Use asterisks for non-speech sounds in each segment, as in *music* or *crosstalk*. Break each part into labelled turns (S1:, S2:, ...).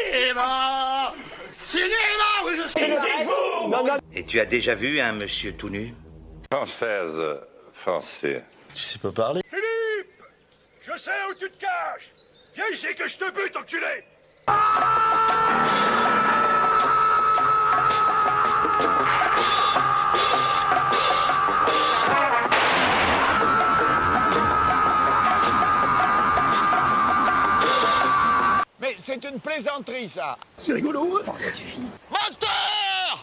S1: Cinéma Cinéma, oui, je sais C'est vous
S2: Et tu as déjà vu un monsieur tout nu
S3: Française, français.
S4: Tu sais pas parler
S1: Philippe Je sais où tu te caches Viens ici que je te bute, enculé
S5: Mais c'est une plaisanterie, ça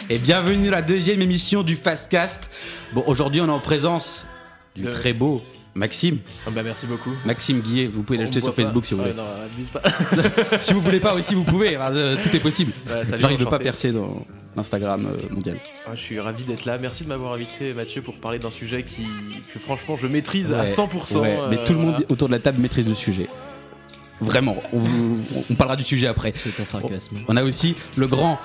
S6: Et bienvenue à la deuxième émission du Fastcast. Bon, aujourd'hui, on est en présence du
S7: De-
S6: très beau Maxime.
S7: Ah bah merci beaucoup.
S6: Maxime Guillet, vous pouvez l'acheter
S7: On
S6: sur
S7: voit
S6: Facebook
S7: pas.
S6: si vous
S7: Ouais,
S6: voulez.
S7: non, abuse
S6: *laughs*
S7: pas.
S6: si vous voulez pas aussi, vous pouvez. Enfin, euh, tout est possible.
S7: Ouais, salut,
S6: J'arrive de
S7: enchanté.
S6: pas percer dans l'Instagram euh, mondial.
S7: Ah, je suis ravi d'être là. Merci de m'avoir invité, Mathieu, pour parler d'un sujet qui, que franchement je maîtrise à
S6: Ouais,
S7: 100%.
S6: ouais, mais
S7: euh,
S6: tout le monde
S7: voilà.
S6: autour de la table maîtrise le sujet. Vraiment, on, on- on parlera du sujet après.
S8: C'est un sarcasme.
S6: On a aussi le grand,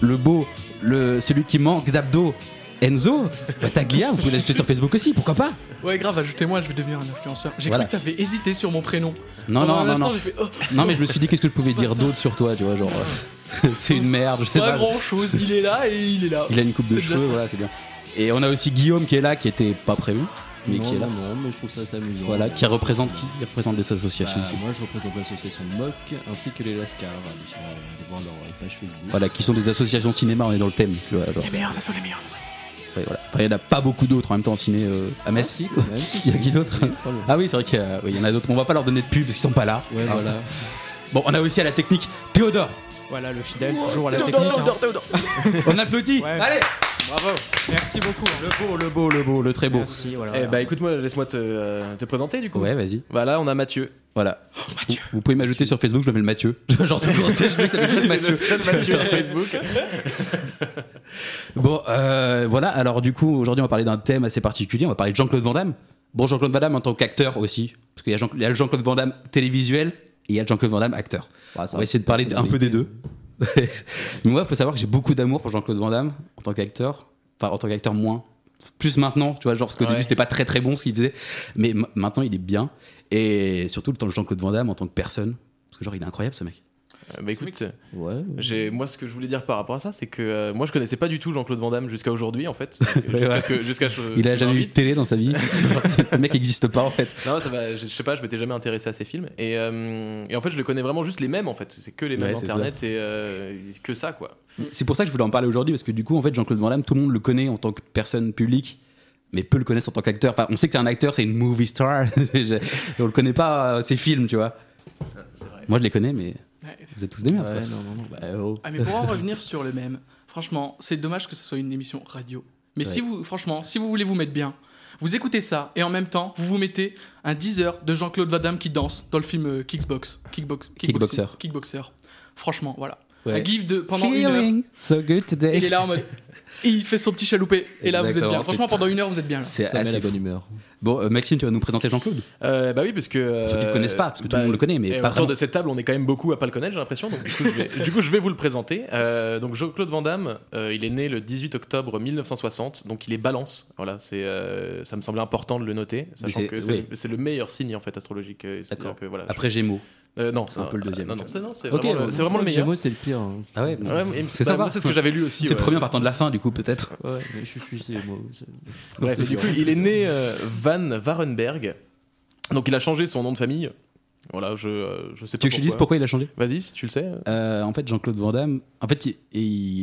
S6: le beau, le, celui qui manque d'abdos, Enzo Bataglia. Vous pouvez l'acheter sur Facebook aussi, pourquoi pas
S9: Ouais, grave, ajoutez-moi, je vais devenir un influenceur. J'ai
S6: Voilà.
S9: cru que t'avais hésité sur mon prénom.
S6: Non,
S9: Pendant
S6: non,
S9: un
S6: non,
S9: instant,
S6: non.
S9: j'ai fait oh,
S6: Non, mais je me suis dit, qu'est-ce que je pouvais dire d'autre sur toi, tu vois, genre. euh, *laughs* c'est une merde, je sais
S9: pas
S6: pas.
S9: grand chose. Il est là et il est là.
S6: Il a une coupe de
S9: C'est déjà
S6: cheveux,
S9: ça.
S6: voilà, c'est bien. Et on a aussi Guillaume qui est là, qui était pas prévu, mais
S8: non,
S6: qui est là.
S8: non, non, mais je trouve ça assez amusant.
S6: Voilà, qui représente qui Il représente des
S8: Bah,
S6: associations aussi.
S8: moi, je représente l'association MOC ainsi que les Lascars. Allez, euh, allez voir leur euh, page Facebook.
S6: Voilà, qui sont des associations cinéma, on est dans le thème, tu vois. genre,
S8: Eh ben.
S9: Les meilleurs, ça sont les meilleurs, ça sont.
S6: ouais, voilà. Après, il n'y en a pas beaucoup d'autres en même temps en ciné euh, à
S8: Ah,
S6: Metz.
S8: si, quand *laughs* même.
S6: Il y a qui d'autre
S8: Probablement.
S6: Ah oui, c'est vrai qu'il y, a- oui, il y en a d'autres, mais on va pas leur donner de pub parce qu'ils sont pas là.
S8: Ouais,
S6: Ah,
S8: voilà.
S6: Bon, on a aussi à la technique Théodore.
S7: Voilà, le fidèle,
S9: toujours à la hein.
S7: technique.
S6: On applaudit.
S7: Ouais.
S6: Allez,
S7: Bravo.
S9: Merci beaucoup.
S6: le beau, le beau, le beau, le très beau.
S8: Si, voilà.
S7: Eh bah écoute-moi, laisse-moi te, euh, te présenter du coup.
S6: Ouais, vas-y.
S7: Voilà, on a Mathieu.
S6: Voilà.
S8: Oh,
S6: vous, vous pouvez m'ajouter sur Facebook, je m'appelle Mathieu. *laughs* Genre, tout le monde sait, je veux que ça
S8: *laughs*
S6: s'appelle juste Mathieu.
S7: Le seul Mathieu sur Facebook.
S6: Bon, euh, voilà. Alors, du coup, aujourd'hui, on va parler d'un thème assez particulier. On va parler de Jean-Claude Van Damme. Bon, Jean-Claude Van Damme en tant qu'acteur aussi. Parce qu'il y a Jean- il y a le Jean-Claude Van Damme télévisuel et il y a le Jean-Claude Van Damme acteur.
S8: Bah, ça-
S6: on va essayer de parler
S8: c'est
S6: un peu des
S8: vérité.
S6: deux. *laughs* Mais moi, il faut savoir que j'ai beaucoup d'amour pour Jean-Claude Van Damme en tant qu'acteur. Enfin, en tant qu'acteur, moins. Plus maintenant, tu vois, genre, parce qu'au
S7: Ouais.
S6: début, c'était pas très très bon ce qu'il faisait. Mais ma- maintenant, il est bien. Et surtout, le temps de Jean-Claude Van Damme en tant que personne. Parce que, genre, il est incroyable ce mec.
S7: Euh, bah écoute,
S8: Ouais.
S7: j'ai- moi ce que je voulais dire par rapport à ça, c'est que euh, moi je connaissais pas du tout Jean-Claude Van Damme jusqu'à aujourd'hui
S6: *laughs*
S7: en fait.
S6: voilà.
S7: jusqu'à ce que- jusqu'à ce
S6: Il a
S7: que
S6: jamais eu
S7: j'invite.
S6: de télé dans sa vie. le mec n'existe pas en fait.
S7: Non, ça va, je, je sais pas, je m'étais jamais intéressé à ces films. Et, euh, et en fait, je les connais vraiment juste les mêmes, en fait. C'est que les mêmes
S6: Ouais, c'est
S7: d'internet et euh, que ça, quoi.
S6: C'est pour ça que je voulais en parler aujourd'hui parce que du coup, en fait, Jean-Claude Van Damme, tout le monde le connaît en tant que personne publique, mais peu le connaissent en tant qu'acteur. Enfin, on sait que c'est un acteur, c'est une movie star. *laughs* Je- on le connaît pas euh, ses films, tu vois. Moi, je les connais, mais
S9: Ouais.
S6: vous êtes tous des merdes.
S8: Ouais,
S6: quoi.
S8: non, non, non. Bah, oh.
S9: Ah, mais pour en revenir sur le même, franchement, c'est dommage que ce soit une émission radio. Mais si vous, franchement, si vous voulez vous mettre bien, vous écoutez ça et en même temps, vous vous mettez un 10 heures de Jean-Claude Van Damme qui danse dans le film euh, Kickbox. Kickbox.
S6: Kickboxer.
S9: Kickboxing- Kickboxer. Franchement, voilà.
S6: Ouais.
S9: Un gif de Ah, pendant une heure.
S6: Feeling so good today.
S9: Il est là en
S6: *laughs*
S9: mode. et il fait son petit chaloupé. Et là, vous êtes
S6: Exactement,
S9: bien.
S6: c'est
S9: Franchement, pendant une heure, vous êtes bien.
S6: *laughs*
S9: là.
S6: C'est
S8: Ça met
S6: assez
S8: la bonne
S6: fou.
S8: humeur.
S6: Bon, euh, Maxime, tu vas nous présenter Jean-Claude.
S7: Euh, bah oui, parce que.
S6: Ceux qui
S7: euh,
S6: ne le connaissent pas, parce que tout
S7: bah,
S6: le monde le connaît, mais
S7: et
S6: pas
S7: autour
S6: vraiment.
S7: de cette table, on est quand même beaucoup à pas le connaître, j'ai l'impression. Donc, du coup, je
S6: *laughs*
S7: vais, du coup, je vais vous le présenter. Euh, donc, Jean-Claude Van Damme, euh, il est né le 18 octobre 1960. Donc, il est balance. Voilà, c'est, euh, ça me semblait important de le noter, sachant
S6: c'est-
S7: que c'est,
S6: oui.
S7: le- c'est le meilleur signe, en fait, astrologique. euh, c'est-à-dire
S6: D'accord.
S7: que, voilà,
S6: Après Gémeaux.
S7: Euh, non,
S6: c'est un peu le deuxième,
S7: Non, non,
S6: quand
S7: c'est, non, c'est
S6: Ok,
S7: vraiment,
S6: bon,
S7: le, c'est vraiment le meilleur.
S8: Gémeaux, c'est le pire. hein.
S6: Ah ouais,
S7: Ouais, mais-
S6: c'est
S7: bah,
S6: ça.
S7: moi, c'est ce que j'avais lu aussi.
S6: C'est
S7: ouais.
S6: le premier partant de la fin, du coup, peut-être.
S8: Ouais, mais je suis Gémeaux. c'est-
S7: Bref, du coup, il est né euh, Van Varenberg. Donc il a changé son nom de famille. Voilà, je, euh, je sais pas.
S6: Tu veux que je te dise pourquoi il a changé
S7: Vas-y, si tu le sais.
S6: Euh, en fait, Jean-Claude Van Damme, en fait, il,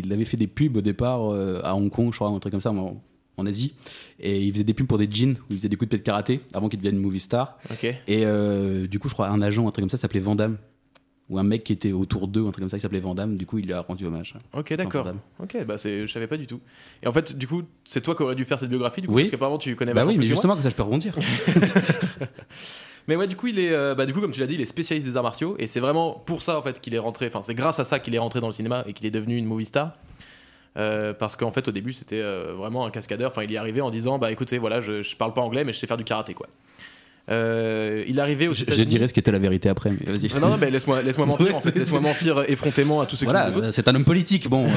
S6: il avait fait des pubs au départ euh, à Hong Kong, je crois, un truc comme ça, en, en Asie. Et il faisait des pubs pour des jeans, où il faisait des coups de pied de karaté avant qu'il devienne une movie star.
S7: Ok.
S6: Et euh, du coup, je crois, un agent, un truc comme ça, s'appelait Van Damme. Ou un mec qui était autour d'eux, un truc comme ça, qui s'appelait Van Damme. Du coup, il lui a rendu hommage. hein,
S7: Ok, d'accord.
S6: Vandame.
S7: Ok, bah c'est, je savais pas du tout. Et en fait, du coup, c'est toi qui aurais dû faire cette biographie, du coup,
S6: Oui.
S7: parce qu'apparemment tu connais.
S6: bah
S7: vachement
S6: oui, mais
S7: plus que
S6: justement,
S7: moi.
S6: comme ça, je peux rebondir.
S7: *laughs* Mais ouais, du coup, il est, euh, bah, du coup, comme tu l'as dit, il est spécialiste des arts martiaux, et c'est vraiment pour ça en fait qu'il est rentré. Enfin, c'est grâce à ça qu'il est rentré dans le cinéma et qu'il est devenu une movie star. Euh, parce qu'en fait, au début, c'était euh, vraiment un cascadeur. Enfin, il y est arrivé en disant, bah écoutez, voilà, je, je parle pas anglais, mais je sais faire du karaté, quoi. Euh, il est arrivé aux
S6: je,
S7: États-Unis-
S6: dirais ce qui était la vérité après, mais vas-y.
S7: Ah non, non, mais laisse-moi, laisse-moi mentir.
S6: *laughs*
S7: en fait.
S6: c'est-
S7: laisse-moi mentir effrontément à tous ceux qui
S6: Voilà,
S7: nous écoutent.
S6: euh, c'est un homme politique, bon. euh,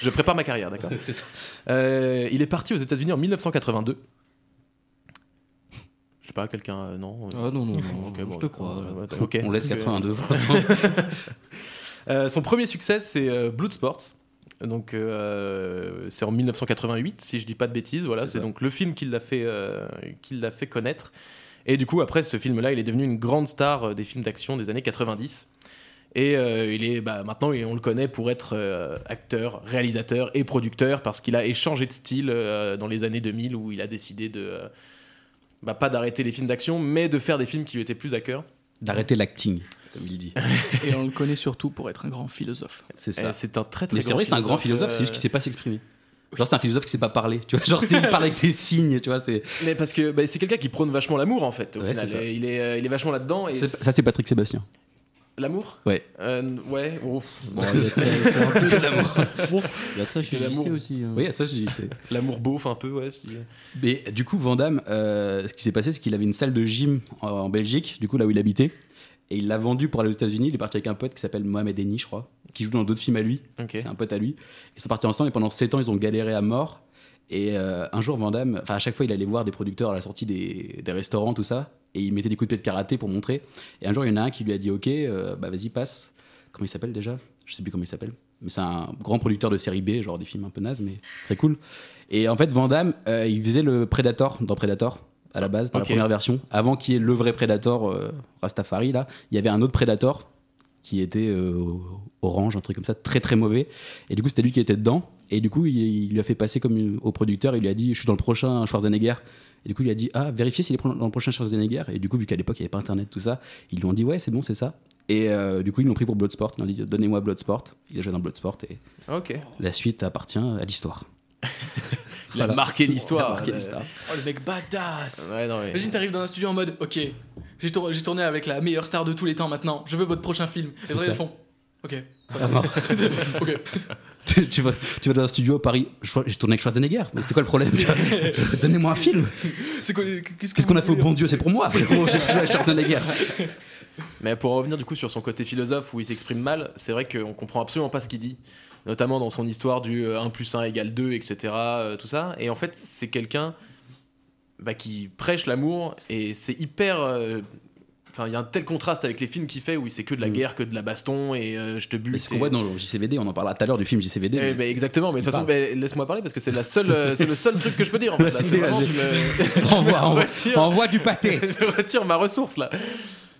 S7: Je prépare ma carrière,
S8: *laughs*
S7: d'accord.
S6: c'est ça.
S7: Euh, il est parti aux États-Unis en 1982. Je sais pas, quelqu'un, euh, non.
S8: Ah non, non, non.
S7: *laughs* Ok,
S8: je
S7: bon,
S8: te crois.
S7: d'accord,
S8: voilà.
S7: ouais, ok.
S6: On laisse
S7: Ok.
S6: 82 pour l'instant.
S7: Euh, son premier succès, c'est euh, Bloodsport. Donc, euh, c'est en 1988, si je dis pas de bêtises. Voilà,
S8: C'est
S7: c'est
S8: ça.
S7: donc le film qui l'a fait, euh, qui l'a fait connaître. Et du coup, après ce film-là, il est devenu une grande star euh, des films d'action des années 90. Et euh, il est bah, maintenant, il- on le connaît pour être euh, acteur, réalisateur et producteur parce qu'il a échangé de style euh, dans les années 2000 où il a décidé de euh, bah, pas d'arrêter les films d'action, mais de faire des films qui lui étaient plus à cœur.
S6: D'arrêter l'acting, comme il dit.
S9: Et on le connaît surtout pour être un grand philosophe.
S6: C'est
S7: Euh,
S6: ça.
S7: C'est un très euh, très
S6: Mais c'est vrai, c'est un grand philosophe, c'est juste qu'il sait pas
S8: euh,
S6: s'exprimer. Genre, c'est un philosophe qui sait pas parler, tu vois. Genre,
S8: *laughs*
S6: c'est- il parle avec des signes, tu vois. C'est
S7: euh, Mais parce que bah, c'est quelqu'un qui prône vachement l'amour en fait. Au
S6: Ouais,
S7: final.
S6: c'est ça.
S7: Et il, est, euh, il est vachement là-dedans. Et
S6: c'est- ça, c'est Patrick Sébastien.
S7: L'amour
S6: Ouais.
S7: Euh, ouais. ouf.
S8: Bon, il y a de ça- il
S6: *laughs*
S8: y a de l'amour. Il y a de ça
S7: C'est
S8: chez
S7: de l'amour.
S8: JC aussi. hein.
S6: Oui, ça, je dis. c'est-
S7: L'amour beauf un peu, ouais. si-
S6: Mais du coup, Van Damme, euh, ce qui s'est passé, c'est qu'il avait une salle de gym en, en Belgique, du coup, là où il habitait. Et il l'a vendue pour aller aux États-Unis. Il est parti avec un pote qui s'appelle Mohamed Eni, je crois, qui joue dans d'autres films à lui.
S7: Ok.
S6: C'est un pote à lui. Ils sont partis ensemble et pendant 7 ans, ils ont galéré à mort. Et euh, un jour, Van Damme, enfin, à chaque fois, il allait voir des producteurs à la sortie des, des restaurants, tout ça. Et il mettait des coups de pied de karaté pour montrer. Et un jour, il y en a un qui lui a dit Ok, euh, bah vas-y, passe. Comment il s'appelle déjà Je sais plus comment il s'appelle. Mais c'est un grand producteur de série B, genre des films un peu nazes, mais très cool. Et en fait, Van Damme, euh, il faisait le Predator dans Predator à la base, dans
S7: Ok.
S6: la première version. Avant qu'il y ait le vrai Predator, euh, Rastafari, là, il y avait un autre Predator qui était euh, orange, un truc comme ça, très très mauvais. Et du coup, c'était lui qui était dedans. Et du coup, il, il lui a fait passer comme une- au producteur. Il lui a dit Je suis dans le prochain Schwarzenegger. Et du coup, il a dit Ah, vérifiez s'il est pro- dans le prochain Schwarzenegger. Et du coup, vu qu'à l'époque, il n'y avait pas internet, tout ça, ils lui ont dit Ouais, c'est bon, c'est ça. Et euh, du coup, ils l'ont pris pour Bloodsport. Ils lui ont dit Donnez-moi Bloodsport. Il a joué dans Bloodsport. Et
S7: Ok.
S6: la suite appartient à l'histoire.
S7: Il a marqué euh, l'histoire.
S6: Il a marqué
S7: Ouais.
S6: l'histoire.
S9: Oh, le mec badass
S7: Ouais, non, mais-
S9: Imagine, t'arrives dans un studio en mode Ok, j'ai tour- j'ai tourné avec la meilleure star de tous les temps maintenant, je veux votre prochain film. Et vrai,
S6: ça.
S9: ils font Ok.
S6: mort.
S9: ok.
S6: tu, tu vas, tu vas dans un studio à Paris. Je vois- J'ai tourné avec Schwarzenegger. Mais c'est quoi le problème Donnez-moi un film.
S9: C'est quoi- Qu'est-ce
S6: Qu'est-ce qu'on a
S9: vous
S6: fait au
S9: voulez
S6: bon Dieu C'est pour moi, frérot. J'ai besoin de Schwarzenegger.
S7: Mais pour en revenir du coup sur son côté philosophe où il s'exprime mal, c'est vrai qu'on comprend absolument pas ce qu'il dit, notamment dans son histoire du euh, 1 plus 1 égale 2, etc. euh, tout ça. Et en fait, c'est quelqu'un bah, qui prêche l'amour et c'est hyper. euh, Enfin, il y a un tel contraste avec les films qu'il fait où c'est que de la
S6: Mm.
S7: guerre, que de la baston et euh, je te bute.
S6: Mais ce qu'on
S7: et-
S6: voit dans le JCVD, on en parlera tout à l'heure du film JCVD.
S7: Eh, bah,
S6: mais
S7: exactement, mais de toute façon, bah, laisse-moi parler parce que c'est la seule, euh, c'est le seul truc que je
S6: *laughs*
S7: peux dire. En fait, là.
S6: Vas-y,
S7: C'est vraiment,
S6: vas-y.
S7: tu
S6: *laughs*
S7: me-
S6: envoie, envoie,
S7: retire.
S6: envoie du pâté.
S7: *laughs* je retire ma ressource là.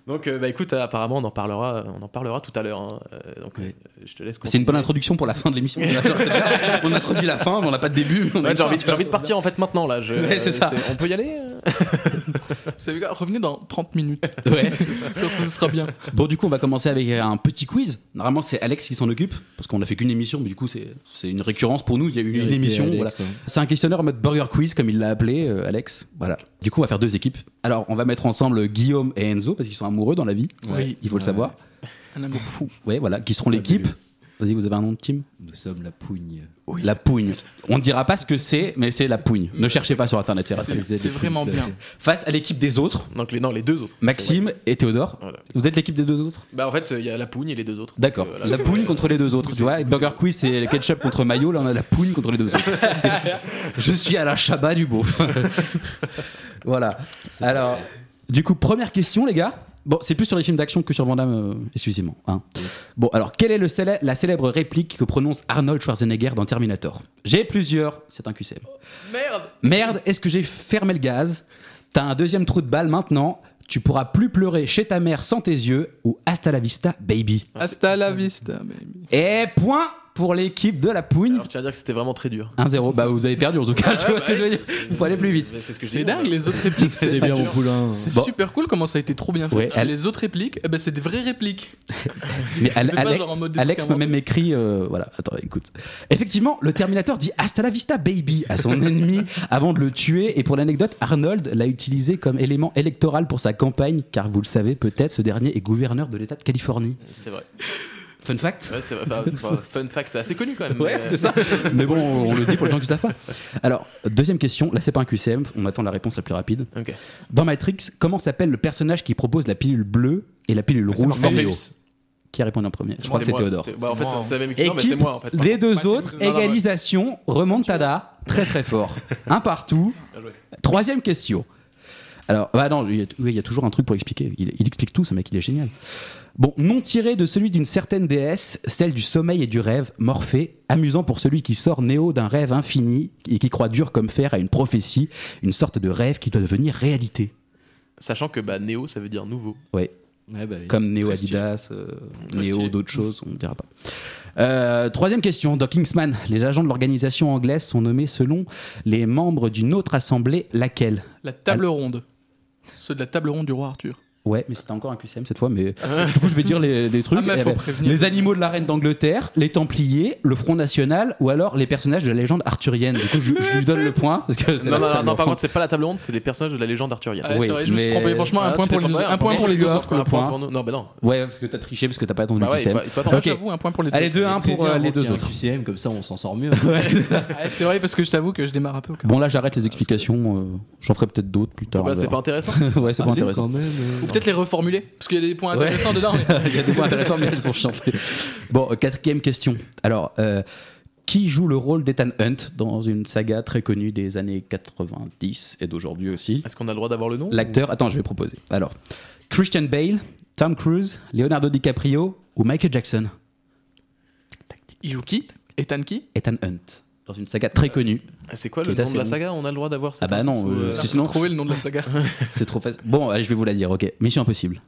S7: Donc euh, bah écoute, euh, apparemment on en parlera, on en parlera tout à l'heure. hein. Euh, donc
S6: Oui.
S7: euh, je te laisse.
S6: C'est une
S7: continuer.
S6: bonne introduction pour la fin de l'émission. Genre, c'est bien. on introduit la fin, mais on n'a pas de début. mais on a
S7: Ouais,
S6: une
S7: j'ai
S6: fin,
S7: envie,
S6: tu
S7: j'ai
S6: vois.
S7: envie de partir en fait maintenant là. Je-
S6: Ouais, c'est ça.
S7: On peut y aller. euh
S9: Vous savez quoi Revenez dans 30
S6: *laughs*
S9: minutes,
S6: Ouais.
S9: quand ce sera bien.
S6: *laughs* Bon, du coup, on va commencer avec un petit quiz. Normalement, c'est Alex qui s'en occupe parce qu'on n'a fait qu'une émission, mais du coup, c'est c'est une récurrence pour nous. Il y a eu une
S8: Avec
S6: émission.
S8: Alex,
S6: voilà.
S8: hein.
S6: C'est un questionnaire en mode burger quiz, comme il l'a appelé, euh, Alex. Voilà. Du coup, on va faire deux équipes. Alors, on va mettre ensemble Guillaume et Enzo parce qu'ils sont amoureux dans la vie.
S9: Oui.
S6: Il faut le
S8: Ouais.
S6: savoir.
S9: Un amour fou.
S6: Ouais, voilà. Qui seront l'équipe. Vas-y, vous avez un nom de team
S8: Nous sommes la pougne.
S6: La pougne. On ne dira pas ce que c'est, mais c'est la pougne. Ne cherchez pas sur internet, c'est raté.
S9: C'est c'est vraiment bien.
S6: Face à l'équipe des autres,
S7: Donc les non les deux autres.
S6: Maxime et Théodore.
S7: Voilà.
S6: Vous êtes l'équipe des deux autres
S7: Bah en fait euh, il y a la pougne et les deux autres.
S6: D'accord.
S7: Donc, euh, voilà.
S6: la pougne contre les deux autres. Tu vois, Burger Quiz, c'est le ketchup contre mayo. Là, on a la pougne contre les deux autres. C'est- Je suis à la Chabat du beauf. *laughs* voilà. Alors, du coup, première question, les gars. Bon, c'est plus sur les films d'action que sur Van Damme, euh, excusez-moi. hein. Bon, alors, quelle est le célè- la célèbre réplique que prononce Arnold Schwarzenegger dans Terminator J'ai plusieurs. C'est un QCM.
S9: Merde
S6: Merde, est-ce que j'ai fermé le gaz T'as un deuxième trou de balle maintenant. Tu pourras plus pleurer chez ta mère sans tes yeux ou hasta la vista, baby.
S9: Hasta la vista, baby.
S6: Et point pour l'équipe de la Pougne.
S7: Alors tu vas dire que c'était vraiment très dur.
S6: 1-0. Bah, vous avez perdu en tout cas. tu vois ce que je veux dire Il faut aller plus vite.
S7: C'est ce que je
S9: C'est
S7: dis,
S9: dingue,
S7: on va-
S9: les autres
S6: *laughs*
S9: répliques.
S8: C'est bien, mon poulain.
S9: C'est
S6: hein. Bon.
S9: super cool comment ça a été trop bien fait.
S6: Ouais,
S9: Parce que
S6: elle-
S9: Les autres répliques, eh ben, c'est des vraies répliques.
S6: Mais Al-
S9: C'est pas
S6: Alex,
S9: genre en mode des
S6: Alex
S9: trucs
S6: m'a
S9: inventés.
S6: même écrit. euh, voilà, attends, écoute. Effectivement, le Terminator dit Hasta la vista, baby à son *laughs* ennemi avant de le tuer. Et pour l'anecdote, Arnold l'a utilisé comme élément électoral pour sa campagne, car vous le savez peut-être, ce dernier est gouverneur de l'État de Californie.
S7: C'est vrai.
S6: Fun fact
S7: Ouais, c'est vrai. Enfin, enfin, fun fact assez connu quand même.
S6: Ouais,
S7: mais, euh,
S6: c'est ça. Mais bon, on le dit pour les gens qui ne savent pas. Alors, deuxième question. Là, c'est pas un QCM. On attend la réponse la plus rapide.
S7: euh, Ok.
S6: Dans Matrix, comment s'appelle le personnage qui propose la pilule bleue et la pilule rouge
S7: Morpheus.
S6: Morpheus. Qui a répondu en premier Je crois que c'est
S7: moi,
S6: Théodore.
S7: c'était- Bah, en fait
S9: C'est moi.
S7: c'est la même Non,
S6: Équipe,
S7: mais c'est moi en fait.
S6: les deux
S9: Bah, c'est-
S6: autres,
S9: non, non, ouais.
S7: *laughs*
S6: égalisation, remontada, très très fort. Un partout.
S7: Bien joué.
S6: Troisième question. Alors, bah non, il y, a, oui, il y a toujours un truc pour expliquer. Il, il explique tout, ce mec, il est génial. Bon, nom tiré de celui d'une certaine déesse, celle du sommeil et du rêve, Morphée, amusant pour celui qui sort Néo d'un rêve infini et qui croit dur comme fer à une prophétie, une sorte de rêve qui doit devenir réalité.
S7: Sachant que bah, Néo, ça veut dire nouveau.
S6: Ouais.
S8: Ouais, bah, oui.
S6: Comme Néo
S9: Très stylé.
S6: Adidas, euh,
S9: Très
S6: Néo
S9: stylé.
S6: d'autres choses, on ne dira pas. Euh, troisième question, dans Kingsman, les agents de l'organisation anglaise sont nommés selon les membres d'une autre assemblée, laquelle
S9: La table ronde. Ceux de la table ronde du roi Arthur.
S6: Ouais, mais c'était encore un QCM cette fois, mais
S7: Ah.
S6: du coup je vais dire les, les trucs.
S9: Ah, mais
S6: Eh
S9: faut
S6: ben,
S9: prévenir.
S6: les animaux de la reine d'Angleterre, les Templiers, le Front National ou alors les personnages de la légende arthurienne. Du coup je, je lui donne le point. Parce que c'est la
S7: Non, non, non,
S6: table
S7: non, par
S6: ronde.
S7: contre, c'est pas la table ronde, c'est les personnages de la légende arthurienne.
S9: Ah, ouais,
S6: Oui,
S9: c'est vrai, je me suis
S6: mais-
S9: trompé. Franchement, un
S7: Ah,
S9: point
S7: tu
S9: pour
S7: t'es
S9: les deux,
S7: trompé,
S9: un point
S7: mais
S9: pour
S7: je
S9: les
S7: lui
S9: deux
S7: offre
S9: autres. quoi.
S7: Un point
S6: point.
S7: pour nous. Non, bah non.
S6: Ouais, parce que t'as triché, parce que t'as pas attendu
S7: Bah
S6: le
S7: ouais, il
S6: QCM.
S7: faut- il faut attendre.
S9: Ouais,
S6: Ok.
S9: J'avoue, un point pour les deux.
S6: Allez, 2-1 pour euh,
S8: Préviens,
S6: les
S8: on
S6: deux
S8: tient un
S6: autres.
S8: QCM, comme ça on s'en sort *laughs* mieux.
S9: Ouais, Ah, c'est vrai parce que je t'avoue que je démarre un peu au cas.
S6: Bon là j'arrête les explications, euh, j'en ferai peut-être d'autres plus tard.
S7: Bah,
S6: on
S7: c'est
S6: verra.
S7: pas intéressant.
S6: *laughs* ouais, c'est pas
S8: Allez,
S6: intéressant.
S8: quand même, euh.
S9: Ou peut-être les reformuler parce qu'il y a des points
S6: Ouais.
S9: intéressants dedans. mais-
S6: *laughs* Il y a des points intéressants, mais elles sont chantées. Bon, euh, quatrième question. Alors, euh, qui joue le rôle d'Ethan Hunt dans une saga très connue des années 90 et d'aujourd'hui aussi
S7: Est-ce qu'on a le droit d'avoir le nom
S6: L'acteur, attends, je vais proposer. Alors, Christian Bale, Tom Cruise, Leonardo DiCaprio ou Michael Jackson
S9: Il joue qui Ethan qui
S6: Ethan Hunt, dans une saga très connue.
S7: C'est quoi
S6: Qui
S7: le
S6: est
S7: nom
S6: assez
S7: de la
S6: long.
S7: saga On a le droit d'avoir cette
S6: Ah bah non,
S7: info,
S6: euh,
S7: euh,
S6: Parce que sinon-
S9: trouver le nom de la saga.
S6: C'est trop facile. Bon, allez, je vais vous la dire, ok. Mission Impossible.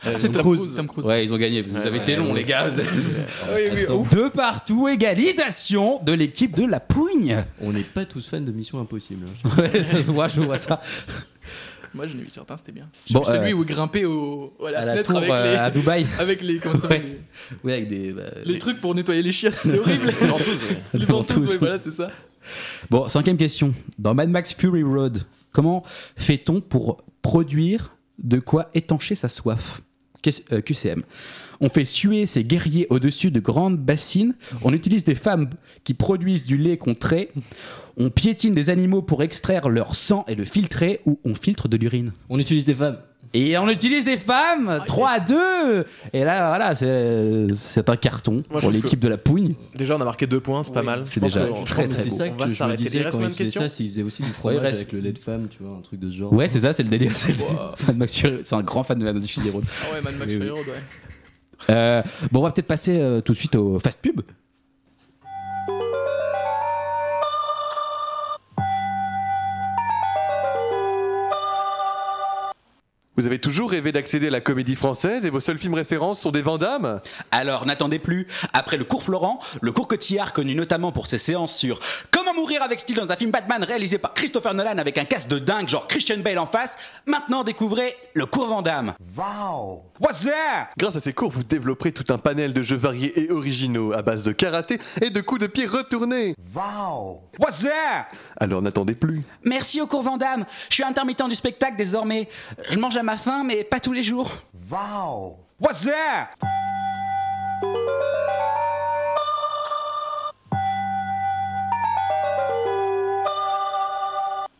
S9: Ah, *laughs* c'est Tom Cruise. Tom Cruise. Ah
S6: Ouais, ils ont gagné, vous avez été longs, les gars.
S9: Oui, oui,
S8: Attends.
S9: ouf.
S6: De partout, égalisation de l'équipe de la Pougne.
S8: On n'est pas tous fans de Mission Impossible. hein.
S6: Ouais, ça se voit, je vois ça.
S9: oh. Moi, j'en ai vu certains, c'était bien.
S6: Bon,
S9: Bon, celui
S6: euh,
S9: où il grimpait au, à la
S6: à la
S9: fenêtre
S6: tour
S9: avec,
S6: euh,
S9: les,
S6: à Dubaï.
S9: *laughs* avec les. Comment ça
S6: Ouais.
S9: s'appelle,
S6: Oui, avec des. bah,
S9: les, les
S6: les-
S9: trucs pour nettoyer les chiottes, c'était
S6: *laughs*
S9: horrible.
S7: Les ventouses, ouais.
S9: les ventouses, ouais, voilà, c'est ça.
S6: Bon, cinquième question. Dans Mad Max Fury Road, comment fait-on pour produire de quoi étancher sa soif Qu'est- euh, QCM. On fait suer ses guerriers au-dessus de grandes bassines. On utilise des femmes qui produisent du lait qu'on trait. On piétine des animaux pour extraire leur sang et le filtrer. Ou on filtre de l'urine.
S8: On utilise des femmes.
S6: Et on utilise des femmes
S7: Ah,
S6: 3 à 2 Et là, voilà, c'est c'est un carton
S7: Moi, je
S6: pour
S7: trouve
S6: l'équipe de la Pougne.
S7: Déjà, on a marqué deux points, c'est pas mal.
S6: c'est
S7: Je pense
S6: déjà
S7: que- je
S6: très,
S7: pense que
S6: très
S8: C'est
S6: beau.
S8: ça
S7: on
S8: que
S7: va
S8: je me
S7: s'arrêter. Il
S8: disais
S7: reste
S8: quand
S7: combien
S8: il
S7: de
S8: faisait
S7: questions
S8: ça, s'il faisait aussi du fromage
S6: reste-
S8: avec le lait de femme, tu vois, un truc de ce
S7: Oh.
S8: genre.
S6: Ouais, c'est ça, c'est le délire. C'est le délire. Mad Max Fury- c'est un grand fan de Mad Max Fury Road.
S9: euh, Ah ouais, Mad Max
S6: Oui,
S9: Fury
S6: oui.
S9: Road, ouais.
S6: Euh, bon, on va peut-être passer euh, tout de suite au fast pub.
S4: Vous avez toujours rêvé d'accéder à la comédie française et vos seuls films références sont des Vandamme
S6: Alors, n'attendez plus. Après le cours Florent, le cours Cotillard, connu notamment pour ses séances sur Comment mourir avec style dans un film Batman réalisé par Christopher Nolan avec un casque de dingue genre Christian Bale en face, maintenant découvrez le cours Vandamme. Wow! What's that?
S4: Grâce à ces cours, vous développerez tout un panel de jeux variés et originaux à base de karaté et de coups de pied retournés.
S6: What's that?
S4: Alors n'attendez plus.
S6: Merci au cours Vandamme. Je suis intermittent du spectacle désormais. Je mange à ma faim, mais pas tous les jours. Wow! What's that?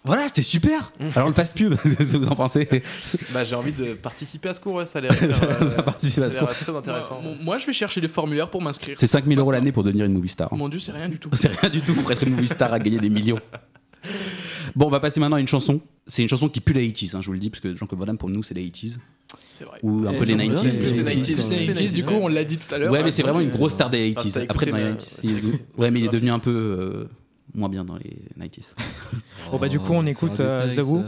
S6: Voilà, c'était super. Alors le fast pub, *laughs* qu'est-ce que vous en pensez
S7: Bah, j'ai envie de participer à ce cours, ouais, ça a l'air. hyper,
S6: Ça
S7: euh,
S6: va participer à ce
S7: ça a
S6: cours.
S7: l'air très intéressant.
S9: Moi, moi, je vais chercher les formulaires pour m'inscrire.
S6: C'est 5000 euros l'année pour devenir une movie star. hein.
S9: Mon dieu, c'est rien du tout.
S6: *laughs* C'est rien du tout pour être une movie star à gagner des millions. Bon, on va passer maintenant à une chanson. C'est une chanson qui pue les 80s, hein, je vous le dis, parce que Jean-Claude Van Damme, pour nous, c'est les 80s.
S9: C'est vrai.
S6: Ou un peu les
S8: Jean-Claude
S6: 90s.
S8: Van Damme,
S6: mais-
S8: c'est les
S7: 90s.
S9: Disney
S7: Disney,
S9: Ages, du coup,
S7: ouais.
S9: on l'a dit tout à l'heure.
S6: Ouais,
S9: hein,
S6: mais c'est vraiment une grosse star des
S7: Enfin,
S6: 80s.
S7: t'as
S6: Après,
S7: écouté
S6: dans les
S7: ma-
S6: 90s.
S7: t'as
S6: il est-
S7: écouté-
S6: Ouais, mais il est devenu un peu euh, moins bien dans les 90s.
S10: Bon, bah, du coup, on
S8: Oh, c'est
S10: écoute,
S8: un
S10: euh,
S8: détail,
S10: The
S8: ça.
S10: Who.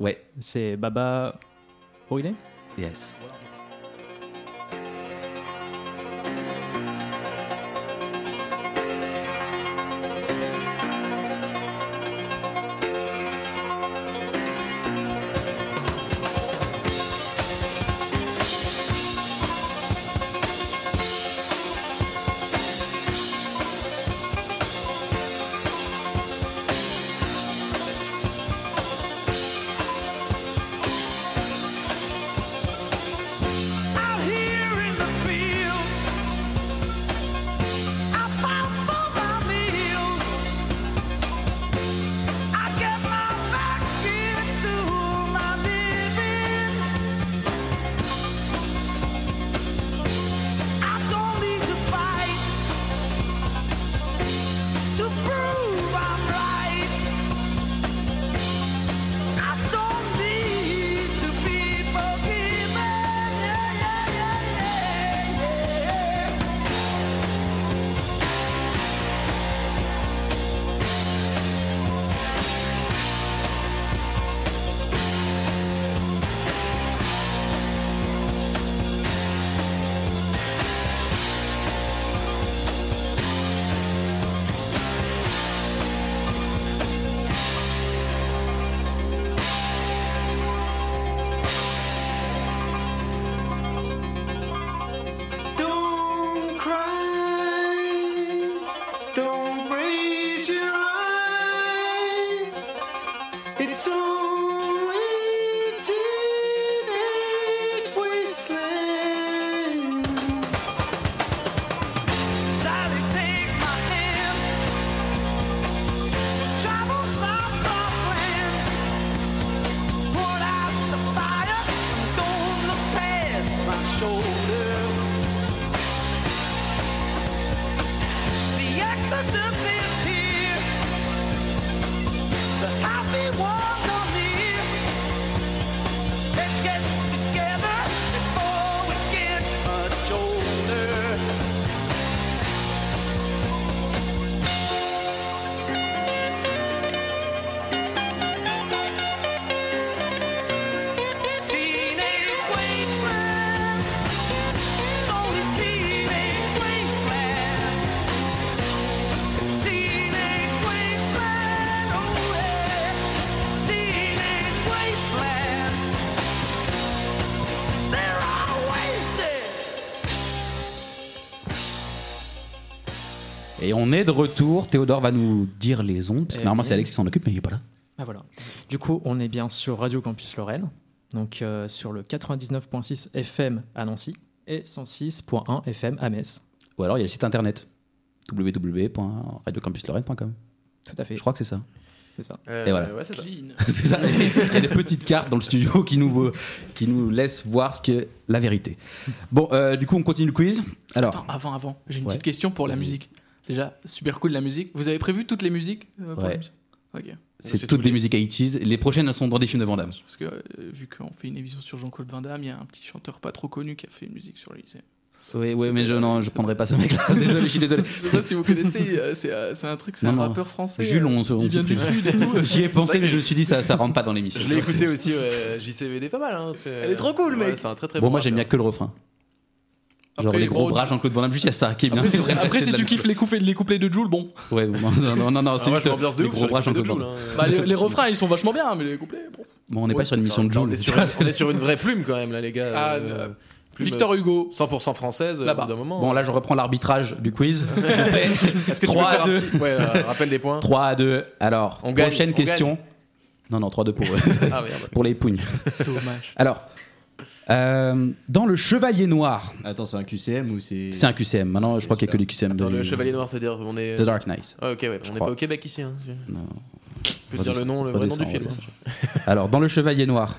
S6: Ouais,
S10: C'est Baba Brûlé
S6: yes.
S11: Don't raise your eyes. It's only teenage wasteland. Sally, take my hand. Travel south across land. Put out the fire. Don't look past my shoulder. The exodus is here. The happy ones are near. Let's get together before we get much older. Teenage wasteland. It's only teenage wasteland. Teenage wasteland. Oh yeah. Teenage wasteland. They're all wasted.
S6: Et on est de retour. Théodore va nous dire les ondes, parce que
S10: Eh
S6: normalement
S10: oui.
S6: c'est Alex qui s'en occupe, mais il est pas là.
S10: Ah voilà. Du coup, on est bien sur Radio Campus Lorraine, donc euh, sur le 99.6 FM à Nancy et 106.1 FM à Metz.
S6: Ou alors il y a le site internet www.radiocampuslorraine.com.
S10: Tout à fait.
S6: Je crois que c'est ça.
S10: C'est ça.
S6: Et voilà.
S7: Ouais, c'est ça.
S6: *laughs* C'est ça. Il y a des petites cartes dans le studio qui nous, euh, qui nous laissent voir ce qu'est la vérité. Bon, euh, du coup, on continue le quiz. Alors,
S9: Attends, avant, avant, j'ai une
S6: Ouais.
S9: petite question pour la
S6: Vas-y.
S9: musique. Déjà, super cool la musique. Vous avez prévu toutes les musiques euh, pour la
S6: Ouais.
S9: musique Ok.
S6: c'est
S7: c'est
S6: toutes
S7: tous
S6: des
S7: les-
S6: musiques 80s. Les prochaines sont dans des films de Van Damme.
S9: Parce que euh, vu qu'on fait une émission sur Jean-Claude Van Damme, il y a un petit chanteur pas trop connu qui a fait une musique sur l'Elysée.
S6: Oui,
S9: C'est
S6: oui, mais
S9: pas-
S6: je, non, je prendrai pas ce mec-là. *laughs* Désolé, je suis désolé.
S9: Je sais pas si vous
S6: *laughs*
S9: connaissez, euh, c'est euh, c'est un truc, c'est
S6: Non,
S9: un
S6: non.
S9: rappeur français.
S6: Jules,
S9: euh,
S6: on, se- on
S9: il
S6: se
S9: vient du
S6: prive.
S9: sud et tout.
S6: Euh, J'y ai pensé, mais je me suis dit, ça, ça rentre pas dans l'émission.
S7: Je l'ai écouté aussi, euh, JCVD, pas mal. Hein, Elle
S9: est trop cool, mec.
S7: C'est un très très
S6: Bon,
S7: bon
S6: moi, j'aime bien
S7: rappeur.
S6: que le refrain. Genre
S9: Après,
S6: les gros
S9: gros,
S6: bras, Jean-Claude Van Damme, juste il y a ça qui est bien.
S9: Après, si-
S6: Le reste,
S9: Après,
S6: c'est
S9: si
S6: de la
S9: tu
S6: même
S9: kiffes les couplets, les couplets de Jules,
S6: *laughs*
S9: bon.
S6: chose. Ouais, bon, non, non, non, non, c'est
S7: Ah, moi,
S6: juste
S7: je m'ambiance de
S6: les
S7: ouf
S6: gros
S7: sur les
S6: bras,
S7: couplets de
S6: Jean-Claude Van
S7: Joule,
S6: Damme.
S7: hein.
S9: Bah, les, les refrains, ils sont vachement bien, mais les couplets. bon.
S6: Bon, on n'est pas
S9: Ouais,
S6: sur une émission de
S7: Genre,
S6: Joule.
S7: On est, sur, on est sur une vraie plume quand même, là, les gars.
S9: Ah,
S7: Euh,
S9: euh,
S7: plume,
S9: Victor
S7: euh,
S9: Hugo.
S7: 100% française, euh,
S9: Là-bas.
S7: d'un moment. hein.
S6: Bon, là, je reprends l'arbitrage du
S7: *laughs*
S6: quiz.
S7: Est-ce que tu peux
S6: 3
S7: faire
S6: à
S7: un
S6: 2.
S7: petit ouais, euh, rappel
S6: *laughs*
S7: des points
S6: 3 à 2. Alors,
S7: On gagne,
S6: prochaine
S7: on
S6: question. Non, non, 3 2
S7: *laughs*
S6: pour,
S7: Ah merde.
S6: pour les pouignes.
S9: Dommage.
S6: Alors, euh, dans Le Chevalier Noir,
S8: Attends, c'est un QCM ou c'est.
S6: c'est un QCM. Maintenant, je crois qu'il n'y a que des QCM.
S7: Attends,
S6: de-
S7: le Chevalier Noir, ça veut dire on est.
S6: The Dark Knight.
S7: Ah, ok, ouais, on n'est
S6: crois.
S7: pas au Québec ici. Hein.
S6: Non.
S7: Je peux dire le nom, le vrai nom du
S6: Redescends,
S7: film. hein.
S6: redescends. Alors, dans Le Chevalier Noir,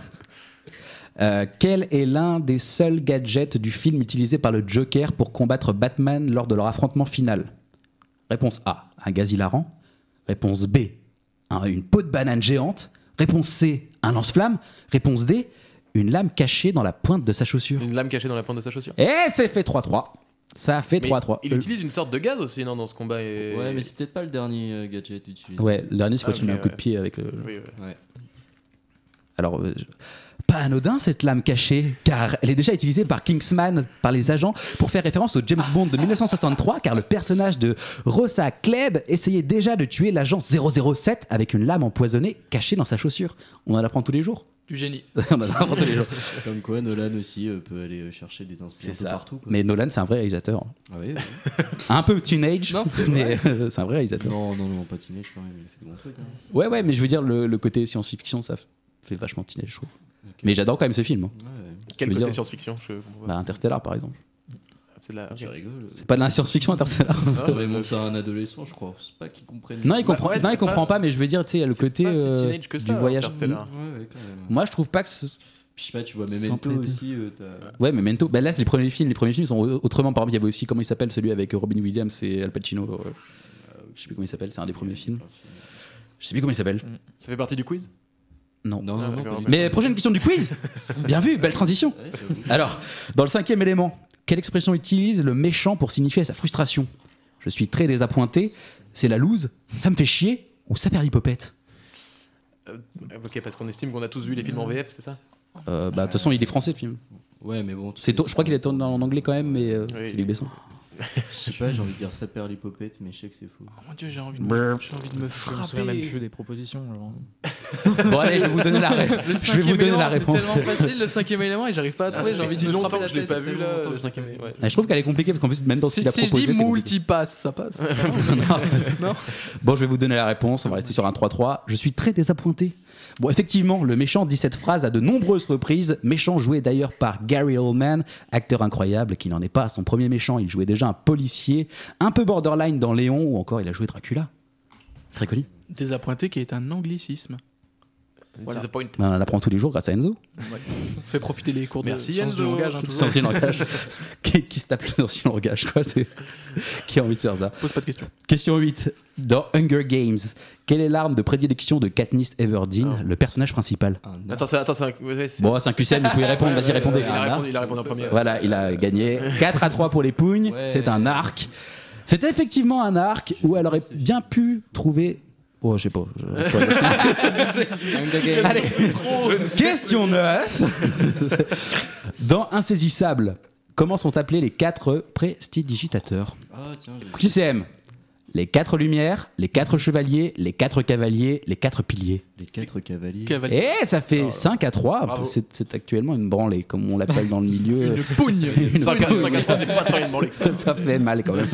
S6: euh, quel est l'un des seuls gadgets du film utilisé par le Joker pour combattre Batman lors de leur affrontement final Réponse A, un gaz hilarant. Réponse B, un- une peau de banane géante. Réponse C, un lance-flamme. Réponse D, une lame cachée dans la pointe de sa chaussure.
S7: Une lame cachée dans la pointe de sa chaussure.
S6: Et c'est fait 3-3. Ça a fait
S7: Mais
S6: 3-3.
S7: Il utilise une sorte de gaz aussi, non, dans ce combat. Et...
S8: Ouais, mais c'est peut-être pas le dernier euh, gadget utilisé.
S6: Ouais, le dernier, c'est quand
S7: Ah,
S6: il met
S7: ok,
S6: un coup de
S7: ouais.
S6: pied avec le,
S7: Oui, ouais.
S6: Alors, euh, je- pas anodin cette lame cachée, car elle est déjà utilisée par Kingsman, par les agents, pour faire référence au James Bond de 1963, car le personnage de Rosa Klebb essayait déjà de tuer l'agent 007 avec une lame empoisonnée cachée dans sa chaussure. On en apprend tous les jours. *laughs*
S9: Du génie.
S6: On en apprend tous les jours.
S8: Comme quoi, Nolan aussi euh, peut aller euh, chercher des inspirations
S6: *laughs*
S8: partout. quoi.
S6: Mais Nolan, c'est un vrai réalisateur.
S8: Ah ouais, ouais.
S6: Un peu teenage,
S9: Non, c'est
S6: mais euh, c'est un vrai réalisateur.
S8: non, non, non, pas teenage quand même, il a fait des bons trucs. hein.
S6: Ouais, ouais, mais je veux dire, le, le côté science-fiction, ça fait vachement teenage, je trouve. Mais j'adore quand même ce film. hein.
S8: Ouais, ouais.
S7: Quel
S6: veux
S7: côté
S6: dire-
S7: science-fiction je comprends pas.
S6: Bah, Interstellar, par exemple.
S7: C'est de la.
S8: *laughs* Tu rigoles.
S6: C'est pas de la science-fiction, Interstellar.
S7: Ah,
S8: Ah,
S7: ouais,
S8: mais
S7: bah,
S8: montre ça à un adolescent, je crois. C'est pas qu'il comprenne.
S6: Non, il
S7: Bah,
S6: comprend,
S7: ouais,
S6: non, il
S7: c'est
S6: comprend
S7: pas-
S6: pas, mais je veux dire, tu sais, il y a le
S7: c'est
S6: côté
S7: pas si
S6: euh,
S7: teenage que ça,
S6: du voyage.
S7: Interstellar.
S8: Ouais, ouais, quand même.
S6: Moi, je trouve pas que. ce-
S8: Je sais pas, tu vois
S6: Sans
S8: Memento
S6: traiter.
S8: aussi. euh, t'as-
S6: Ouais, mais Mento. Bah là, c'est les premiers films. Les premiers films sont au- autrement. Par exemple, il y avait aussi comment il s'appelle celui avec Robin Williams et Al Pacino. euh, Je sais plus comment il s'appelle. C'est un des premiers films. Je sais plus comment il s'appelle.
S7: Ça fait partie du quiz Ah,
S6: Non.
S8: Non, non, non,
S7: d'accord,
S8: pas du
S7: ok.
S8: tout.
S6: Mais prochaine question du quiz. Bien vu, belle transition.
S8: Ouais, j'avoue.
S6: Alors, dans le cinquième élément, quelle expression utilise le méchant pour signifier sa frustration Je suis très désappointé. C'est la loose. Ça me fait chier. Ou ça perd l'hypopète.
S7: Euh, Ok, parce qu'on estime qu'on a tous vu les films en VF, c'est ça Ah,
S6: Euh, bah, de toute façon, il est français le film.
S8: Ouais, mais bon.
S6: C'est to- je crois qu'il est tourné en anglais quand même, mais euh,
S7: Oui.
S6: c'est Luc Besson.
S8: Je sais pas, j'ai envie de dire ça perd l'hypopète, mais je sais que c'est faux.
S9: Oh mon dieu, j'ai envie de me, j'ai envie de me
S10: Je me souviens même plus
S9: frapper.
S10: des propositions. genre.
S6: *laughs* Bon, allez, je vais vous donner la, ré-
S9: Le
S6: je vais vous
S9: cinquième
S6: donner la
S9: élément,
S6: réponse.
S9: C'est tellement
S7: *laughs*
S9: facile le cinquième élément et j'arrive pas à
S7: Ah,
S9: trouver. J'ai
S7: ça fait
S9: envie
S7: si
S9: de me
S7: longtemps
S9: frapper la
S7: que je l'ai
S9: tête.
S7: pas vu
S9: tellement
S7: là, euh,
S9: longtemps.
S7: le cinquième. ouais.
S6: Ah, je trouve qu'elle est compliquée parce qu'en plus, même dans
S9: Si,
S6: la
S9: si je dis multipass, ça passe.
S6: *laughs*
S9: *laughs*
S6: Non. Bon, je vais vous donner la réponse. On va rester sur un 3-3. Je suis très désappointé. Bon, effectivement, le méchant dit cette phrase à de nombreuses reprises. Méchant joué d'ailleurs par Gary Oldman, acteur incroyable qui n'en est pas à son premier méchant. Il jouait déjà un policier, un peu borderline dans Léon ou encore il a joué Dracula. Très connu.
S9: Désappointé qui est un anglicisme. Voilà.
S7: Disappointed.
S6: Ben, On en apprend tous les jours grâce à Enzo.
S9: Fait profiter les cours de
S7: Merci,
S9: sciences du
S7: Enzo.
S9: langage. hein, toujours.
S6: Sans langage. *laughs* qui, qui se tape le sorcier langage, quoi. c'est- Qui a envie de faire ça
S9: Pose pas de questions.
S6: Question 8. Dans Hunger Games, quelle est l'arme de prédilection de Katniss Everdeen,
S7: Ah.
S6: le personnage principal
S7: Attends, c'est attends, c'est un. ouais, c'est-
S6: Bon, c'est un QCM, vous pouvez répondre, vas-y, répondez.
S7: Il a
S6: Voilà.
S7: répondu, il a répondu en premier.
S6: Voilà, il a gagné 4 à 3 pour les pougnes,
S8: Ouais.
S6: c'est un arc. C'était effectivement un arc où elle aurait bien pu trouver. Oh, je sais pas. *laughs* je- Allez, question 9. *laughs* Dans Insaisissable, comment sont appelés les 4 prestidigitateurs
S8: Ah, tiens, j'ai-
S6: QCM, les 4 lumières, les 4 chevaliers, les 4 cavaliers, les 4 piliers.
S8: les quatre cavaliers.
S9: Cavalier.
S6: Et ça fait 5 à 3.
S7: Oh. Bravo.
S6: C'est c'est actuellement une branlée, comme on l'appelle dans le milieu.
S7: *laughs*
S9: Une pougne.
S6: Une
S7: 5 à
S6: pougne.
S7: 5 à 3, c'est pas tant une branlée que
S6: *laughs*
S7: ça.
S6: ça fait mal quand même.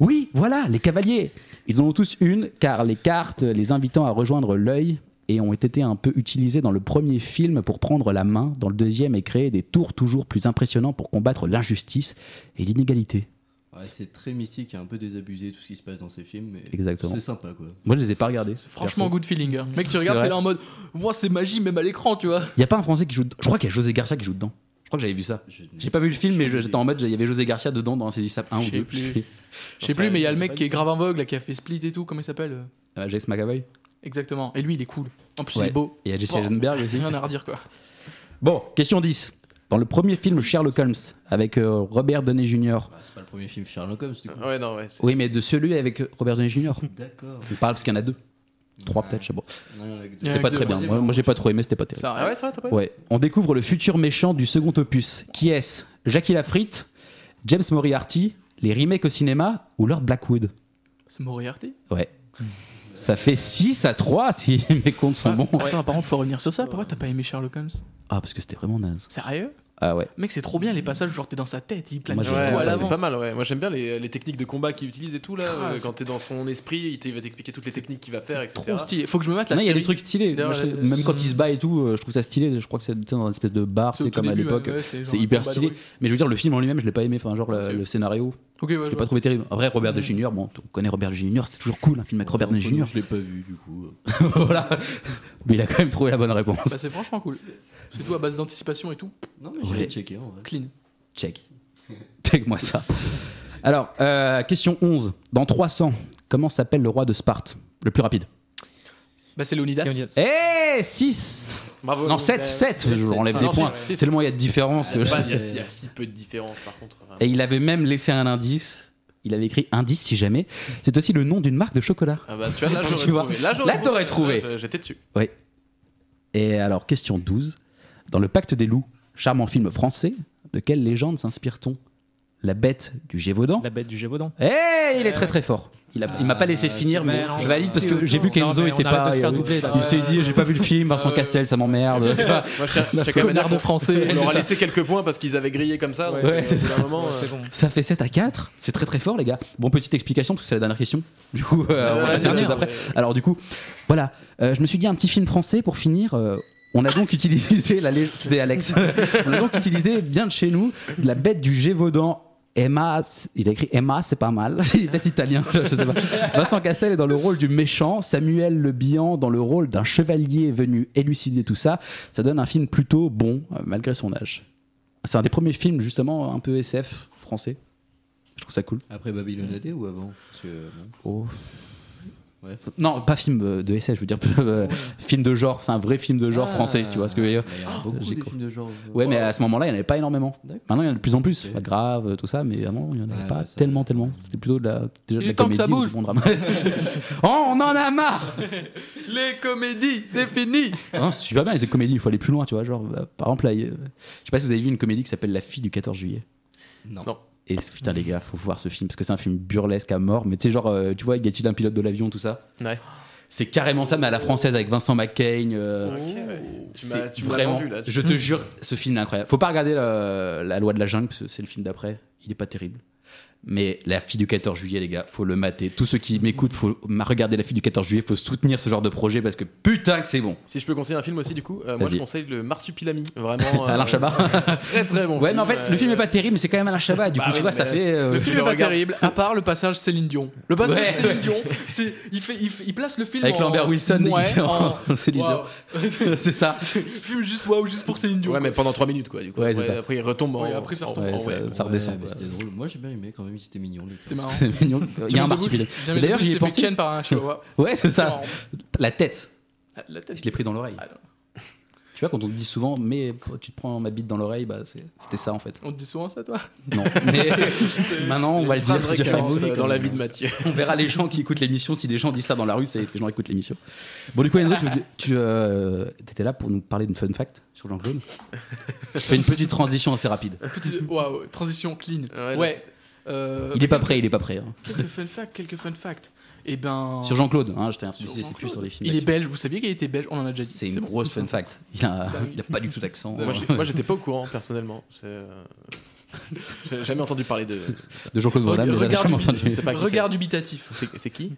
S6: Oui, voilà, les cavaliers. Ils en ont tous une, car les cartes les invitant à rejoindre l'œil et ont été un peu utilisées dans le premier film pour prendre la main, dans le deuxième et créer des tours toujours plus impressionnants pour combattre l'injustice et l'inégalité.
S8: Ouais, c'est très mystique et un peu désabusé tout ce qui se passe dans ces films. Mais
S6: Exactement.
S8: C'est sympa quoi.
S6: Moi, je les ai pas regardés.
S9: Franchement, good feeling. hein. Mec, tu
S6: C'est
S9: regardes, t'es
S6: vrai.
S9: là en mode, moi c'est magie, même à l'écran, tu vois.
S6: Il y a pas un Français qui joue. dedans. Je crois qu'il y a José Garcia qui joue dedans. Je crois que j'avais vu ça.
S8: Je-
S6: J'ai pas vu le film, mais je- j'étais en mode, il y avait José Garcia dedans dans Saisissable 1 ou
S9: Je sais
S6: 2.
S9: plus. Je sais
S8: Ça,
S9: plus, mais il y a
S8: ça,
S9: le
S8: c'est
S9: mec
S8: pas
S9: qui est
S8: du
S9: grave aveugle, là, qui a fait Split et tout, comment il s'appelle euh
S6: Ah, Jax McAvoy.
S9: Exactement. Et lui, il est cool. En plus, il
S6: Ouais.
S9: est beau.
S6: Et il y a Jesse
S9: Bon. Ah
S6: Eisenberg aussi.
S9: Rien à redire,
S7: *laughs*
S9: quoi.
S6: Bon, question 10. Dans le premier film Sherlock Holmes avec euh, Robert Downey Jr.
S8: Bah, c'est pas le premier film Sherlock Holmes du coup.
S7: Ouais, non, ouais. c'est-
S6: Oui, mais de celui avec euh, Robert Downey Jr.
S8: D'accord.
S6: Je parle parce qu'il y en a deux. Trois peut-être, je sais pas.
S8: Non, non, la-
S9: Ouais,
S6: C'était pas
S9: deux,
S6: très bien. Moi, moi, j'ai pas trop aimé, c'était pas terrible.
S9: Ça
S7: Ah
S9: arrive.
S7: ouais, c'est vrai, t'as pas
S6: Ouais. On découvre le futur méchant du second opus. Qui est-ce Jackie Lafritte, James Moriarty, les remakes au cinéma ou Lord Blackwood
S9: C'est Moriarty.
S6: Ouais. Ça fait 6 à 3 si *laughs* mes comptes sont bons.
S9: Attends, par contre, faut revenir sur ça. Pourquoi t'as pas aimé Sherlock Holmes
S6: Ah, parce que c'était vraiment naze.
S9: Sérieux
S6: Ah ouais.
S9: Mec, c'est trop bien
S7: Mm.
S9: les passages, genre t'es dans sa tête, il
S6: Moi,
S9: planifie
S6: j'ai-
S7: Ouais,
S9: tout à
S7: ouais, c'est
S9: l'avance.
S7: pas mal, ouais. Moi j'aime bien les, les techniques de combat qu'il utilise et tout là.
S9: Grave.
S7: euh, quand t'es dans son esprit, il, te- il va t'expliquer toutes les techniques qu'il va faire, etc.
S9: Trop stylé. Faut que je me mette la
S6: Non, il y a
S9: série.
S6: des trucs stylés. Moi, je-
S9: D'ailleurs,
S6: même
S9: euh,
S6: quand il se bat et tout, euh, je trouve ça stylé. Je crois que c'est tu sais, dans une espèce de bar,
S9: C'est
S6: tu
S9: au
S6: sais,
S9: tout
S6: comme à
S9: début,
S6: l'époque.
S9: ouais, ouais, c'est
S6: c'est
S9: genre un
S6: hyper
S9: combat de
S6: stylé.
S9: rue.
S6: Mais je veux dire, le film en lui-même, je l'ai pas aimé. Enfin, genre le,
S9: Ok.
S6: le scénario,
S9: Ok, ouais, je
S6: je l'ai pas
S9: vois.
S6: trouvé terrible. En vrai, Robert De Jr. Bon, on connaît Robert De Jr. C'est toujours cool un film avec Robert De
S8: Ouais,
S6: Jr.
S8: Je l'ai pas vu du coup.
S6: voilà. Mais il a quand même trouvé la bonne réponse.
S9: Bah, c'est franchement cool. C'est tout à base d'anticipation et tout.
S8: Non, mais j'ai
S6: Ouais.
S8: checké en vrai.
S9: Clean.
S6: Check. Check-moi ça. Alors, euh, question 11. Dans 300, comment s'appelle le roi de Sparte Le plus rapide.
S9: Bah, c'est Leonidas.
S10: Leonidas.
S6: Eh 6
S9: Oh,
S7: Bravo.
S6: Non,
S9: ben,
S6: 7, 7 Je enlève
S9: Ah
S7: sept.
S6: des
S7: Non,
S6: points.
S7: six, six, six.
S6: Tellement il y a de différence que.
S7: Il y a pas- il y,
S6: *laughs*
S7: a- il y a si peu de différence par contre. vraiment.
S6: Et il avait même laissé un indice. Il avait écrit indice si jamais. C'est aussi le nom d'une marque de chocolat.
S7: Ah bah tu vois, là
S6: Tu
S7: j'aurais
S6: vois.
S7: trouvé. Là, j'aurais
S6: Là, t'aurais trouvé.
S7: Là,
S6: *laughs*
S7: J'étais dessus.
S6: Oui. Et alors, question 12. Dans Le Pacte des loups, charmant film français, de quelle légende s'inspire-t-on La bête du Gévaudan
S10: La bête du Gévaudan.
S6: Eh, il est très très fort. Il, a- il m'a pas laissé finir, mais
S10: merde.
S6: je valide parce que j'ai vu
S10: Ah, Non,
S6: qu'Enzo
S10: mais on
S6: était
S10: arrête
S6: pas. euh,
S10: de se faire doubler, là.
S6: il s'est dit, j'ai pas vu le film, Vincent
S9: Euh,
S6: Castel, ça m'emmerde.
S10: *laughs*
S6: Tu vois.
S7: Moi, chaque, chaque
S9: Connard
S6: *laughs*
S9: de français.
S7: on leur a laissé quelques points parce qu'ils avaient grillé comme ça. donc,
S6: Ouais,
S7: euh,
S6: c'est
S7: au bout d'un moment, euh,
S10: C'est bon.
S6: Ça fait 7 à 4, c'est très très fort les gars. Bon, petite explication parce que c'est la dernière question. Du coup, euh, on va
S7: la
S6: passer à autre chose après.
S7: dernière,
S6: *laughs* Alors du coup, voilà, Euh, je me suis dit un petit film français pour finir. euh, on a donc utilisé, la lég- c'était Alex, *laughs* on a donc utilisé bien de chez nous la bête du Gévaudan. Emma, il a écrit Emma, c'est pas mal. *laughs* Il est peut-être italien, je, je sais pas. Vincent Castel est dans le rôle du méchant, Samuel Le Bihan dans le rôle d'un chevalier venu élucider tout ça. Ça donne un film plutôt bon, euh, malgré son âge. C'est un des premiers films, justement, un peu SF français. Je trouve ça cool.
S8: Après Babylone AD ou avant Parce que, euh, bon. Ouais.
S6: Oh. Non, pas film euh, de SF, je veux dire, *laughs* euh, film de genre. C'est un vrai film de genre
S8: Ah,
S6: français, tu vois ce que je veux dire.
S8: bah, Il y a beaucoup
S6: Ah, j'ai
S8: de
S6: cru.
S8: films de genre.
S6: Ouais, mais à ce moment-là, il n'y en avait pas énormément.
S8: D'accord.
S6: Maintenant, il y en a de plus en plus.
S8: Ok.
S6: Pas grave, euh, tout ça, mais avant, il n'y en avait
S8: Ouais,
S6: pas
S8: bah, ça-
S6: tellement, tellement. C'était plutôt de la, déjà de
S9: Il
S6: la
S9: est temps que
S6: comédie
S9: ça
S6: ou
S9: bouge.
S6: du bon drame. oh, on en a marre
S9: Les comédies, c'est fini.
S6: Non, c'est super bien, les comédies, il faut aller plus loin, tu vois. Genre, bah, par exemple, là, il y a- je sais pas si vous avez vu une comédie qui s'appelle La fille du 14 juillet.
S8: Non.
S7: Non.
S6: Et putain, les gars, faut voir ce film parce que c'est un film burlesque à mort. Mais tu sais, genre, euh, tu vois, y a-t-il un pilote de l'avion, tout ça
S7: Ouais.
S6: C'est carrément ça, mais à la française avec Vincent McCain. euh,
S7: Tu
S6: c'est
S7: m'as- tu m'as
S6: vraiment.
S7: vendu, là.
S6: Je te jure, ce film est incroyable. Faut pas regarder la, la loi de la jungle, parce que c'est le film d'après. Il est pas terrible. Mais la fille du 14 juillet, les gars, faut le mater. Tous ceux qui m'écoutent, faut ma- regarder la fille du 14 juillet, faut soutenir ce genre de projet parce que putain que c'est bon.
S7: Si je peux conseiller un film aussi, du coup, euh, moi
S6: Vas-y.
S7: je conseille le Marsupilami. Vraiment.
S6: *laughs*
S7: euh,
S6: Alain Chabat.
S7: *laughs* très très bon
S6: ouais,
S7: film.
S6: mais en fait, le film est pas terrible, mais c'est quand même Alain Chabat. Du
S7: euh, Bah
S6: coup, tu
S7: oui,
S6: vois, ça
S7: mais-
S6: fait. euh,
S7: Le
S9: Le film est pas
S7: regarde.
S9: terrible, à part le passage Céline Dion. Le passage
S6: Ouais.
S9: Céline Dion, c'est- il, fait, il, fait- il place le film
S6: Avec
S9: en-
S6: Lambert Wilson
S9: ouais,
S6: déguisé en *laughs*
S9: en-
S6: Céline Dion.
S9: *laughs* Waouh.
S6: *laughs* C'est ça.
S9: Film juste waouh, juste pour Céline Dion.
S7: Ouais, mais pendant 3 minutes quoi, du coup.
S6: Ouais,
S7: Après-
S6: c'est ça.
S7: Après, il retombe en.
S9: Ouais, après, ça
S7: en-
S9: retombe.
S7: en-
S6: Ouais, ça-
S7: ouais,
S6: ça
S7: ouais.
S6: redescend.
S8: mais c'était drôle. Moi j'ai bien aimé quand même, c'était mignon.
S9: C'était marrant.
S6: *laughs* C'est mignon. Il y a un marsupilami.
S9: Jamais
S6: D'ailleurs,
S9: D'ailleurs,
S6: j'y ai
S9: il s'est fait
S6: pensé.
S9: ken par un
S6: *laughs*
S9: chihuahua.
S6: Ouais, c'est
S9: C'est
S6: ça.
S9: marrant.
S6: La tête.
S9: La
S6: Je
S9: tête.
S6: l'ai pris dans l'oreille.
S9: Ah non.
S6: Tu vois, quand on te dit souvent, mais tu te prends ma bite dans l'oreille, bah, c'est- c'était ça en fait.
S9: *laughs* On te dit souvent ça, *laughs* toi
S7: *laughs*
S6: Non. Mais *laughs* maintenant, on va le dire.
S7: Phrase
S6: sur la
S7: récurrente,
S6: musique,
S7: euh, dans la vie de Mathieu.
S6: On verra les gens qui écoutent l'émission. Si des gens disent ça dans la rue, c'est que les gens écoutent l'émission. Bon, du coup, Enzo, tu, tu euh, étais là pour nous parler d'une fun fact sur Jean-Claude. Je fais une petite transition assez rapide.
S9: Petit- Waouh, transition clean.
S7: là,
S9: Ouais. euh,
S6: Il est pas prêt, il est pas prêt. hein.
S9: Quelques fun facts, quelques fun facts. Et
S7: Oh.
S9: ben.
S6: Sur Jean-Claude, hein, je t'ai insisté, c'est
S9: Jean-Claude.
S6: plus sur les films.
S9: Il est
S6: d'action.
S9: belge, vous saviez qu'il était belge On en a déjà dit.
S6: C'est une
S9: bon.
S6: grosse fun fact. Il a, il a pas du tout d'accent.
S7: Bah
S6: euh,
S7: Moi, j'ai-
S9: *laughs*
S7: Moi j'étais pas au courant personnellement. C'est, euh, J'ai jamais entendu parler de.
S6: De Jean-Claude Van
S9: Re-
S6: Damme, déjà, j'ai
S9: regarde
S6: jamais
S9: du-
S6: entendu.
S7: je sais pas qui
S9: Regard dubitatif.
S7: C'est c'est qui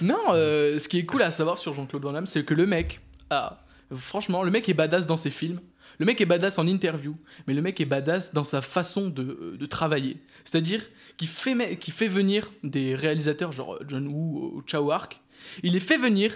S9: Non, euh, ce qui est cool à savoir sur Jean-Claude Van Damme, c'est que le mec, ah, franchement, le mec est badass dans ses films. Le mec est badass en interview, mais le mec est badass dans sa façon de, euh, de travailler. C'est-à-dire qu'il fait, me- qu'il fait venir des réalisateurs genre euh, John Woo ou Chow Hark, il les fait venir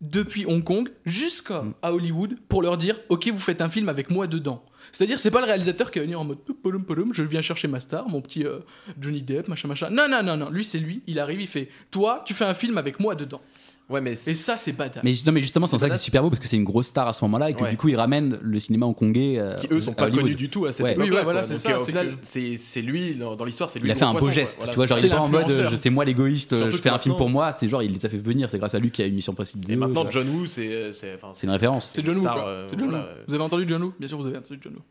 S9: depuis Hong Kong jusqu'à à Hollywood pour leur dire Ok, vous faites un film avec moi dedans. C'est-à-dire, c'est pas le réalisateur qui est venu en mode Podum, podum, je viens chercher ma star, mon petit euh, Johnny Depp, machin, machin. Non, non, non, non. Lui, c'est lui. Il arrive, il fait Toi, tu fais un film avec moi dedans.
S7: Ouais, mais.
S9: Et
S7: c'est-
S9: ça, c'est badass.
S6: Mais, non, mais justement, c'est en ça que
S7: badass.
S6: c'est super beau parce que c'est une grosse star à ce moment-là et que
S7: Ouais.
S6: du coup, ils ramènent le cinéma hongkongais. euh,
S7: Qui eux sont
S6: à
S7: pas
S6: Hollywood.
S7: connus du tout à cette
S6: Ouais.
S7: époque.
S9: Oui, ouais, voilà, c'est ça,
S7: euh, Au
S9: c'est
S7: final,
S9: que-
S7: c'est c'est lui, dans dans l'histoire, c'est lui
S6: Il a
S7: le
S6: fait
S7: gros
S6: un beau
S7: poisson,
S6: geste,
S7: quoi.
S6: tu vois,
S7: Voilà,
S6: genre
S9: c'est
S6: il est pas en mode euh,
S9: l'influenceur.
S6: je- c'est moi l'égoïste,
S7: Surtout
S6: je
S7: que
S6: fais un film
S7: maintenant-
S6: pour moi, c'est genre il les a fait venir, c'est grâce à lui qu'il y a une mission principe
S7: Et
S6: 2.
S7: maintenant,
S6: genre.
S7: John Woo, c'est. c'est- enfin,
S6: C'est une référence.
S9: c'est John Woo,
S7: star,
S9: quoi.
S7: euh,
S9: C'est John
S7: voilà,
S9: Woo.
S7: euh.
S9: Vous avez entendu John Woo Bien sûr, vous avez entendu John Woo.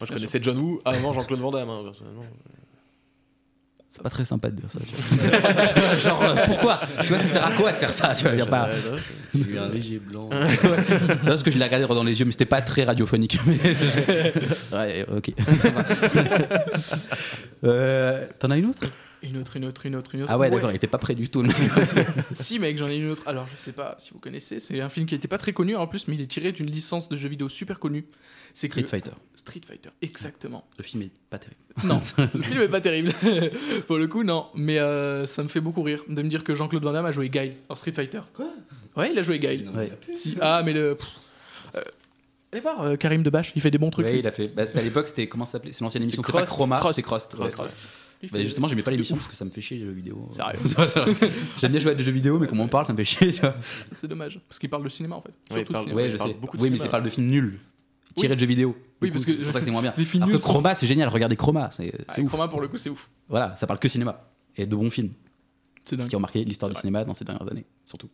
S7: Moi, je connaissais John Woo avant Jean-Claude Van Damme, hein, personnellement.
S6: C'est pas très sympa de dire ça. tu vois. *laughs* genre euh, pourquoi Tu vois ça sert à quoi de faire ça Tu vois, y a pas.
S7: Ouais, ouais.
S8: C'était un léger blanc.
S6: Non, parce que je l'ai regardé droit dans les yeux, mais c'était pas très radiophonique. *laughs* mais- ouais, ok. *laughs* ça va. Euh, T'en as une autre
S9: Une autre, une autre, une autre, une autre.
S6: Ah ouais, d'accord, il était pas prêt du tout. le mec.
S9: Si, mec, j'en ai une autre. Alors, je sais pas si vous connaissez. C'est un film qui était pas très connu hein, en plus, mais il est tiré d'une licence de jeu vidéo super connue. C'est que
S6: Street Fighter.
S9: Street Fighter, exactement.
S6: Le film est pas terrible.
S9: Non, le film est pas terrible. *laughs* Pour le coup, non. Mais euh, ça me fait beaucoup rire de me dire que Jean-Claude Van Damme a joué Guile dans Street Fighter. Quoi Ouais, il a joué Guile.
S6: Ouais.
S9: Si. Ah, mais le. pff. Euh, allez voir euh, Karim Debache, il fait des bons trucs.
S6: Ouais,
S9: lui.
S6: il a fait. Bah, c'était à l'époque, c'était comment ça s'appelait C'est l'ancienne émission, c'est pas
S9: Cross,
S6: Chroma,
S9: Cross,
S6: c'est Cross.
S9: Cross,
S6: Ouais.
S9: Cross. Il
S6: Bah,
S9: fait-
S6: justement, j'aimais pas
S9: de
S6: l'émission
S9: ouf.
S6: parce que ça me fait chier les jeux vidéo.
S9: Sérieux.
S6: *laughs* J'aime bien jouer à des jeux vidéo, mais comme on parle, ça me fait chier. tu vois.
S9: C'est dommage, parce qu'il parle de cinéma en fait.
S7: Ouais,
S9: Surtout
S7: il
S9: de
S7: parle-
S9: cinéma.
S6: Ouais, je
S7: parle
S6: sais.
S7: beaucoup de
S6: Oui, mais
S7: cinéma.
S6: c'est parle de films nuls. Tiré de jeux vidéo.
S9: Oui,
S6: Du
S9: parce
S6: coup,
S9: que-
S6: c'est pour ça que c'est moins bien.
S9: les films
S6: Alors que
S9: nuls sont-
S6: Chroma, c'est génial. Regardez Chroma, c'est
S9: Ah,
S6: c'est ouf.
S9: Chroma, pour le coup, c'est ouf.
S6: Voilà, ça parle que cinéma et de bons films
S9: C'est dingue.
S6: qui ont marqué l'histoire du
S9: C'est vrai.
S6: cinéma dans ces dernières années, surtout.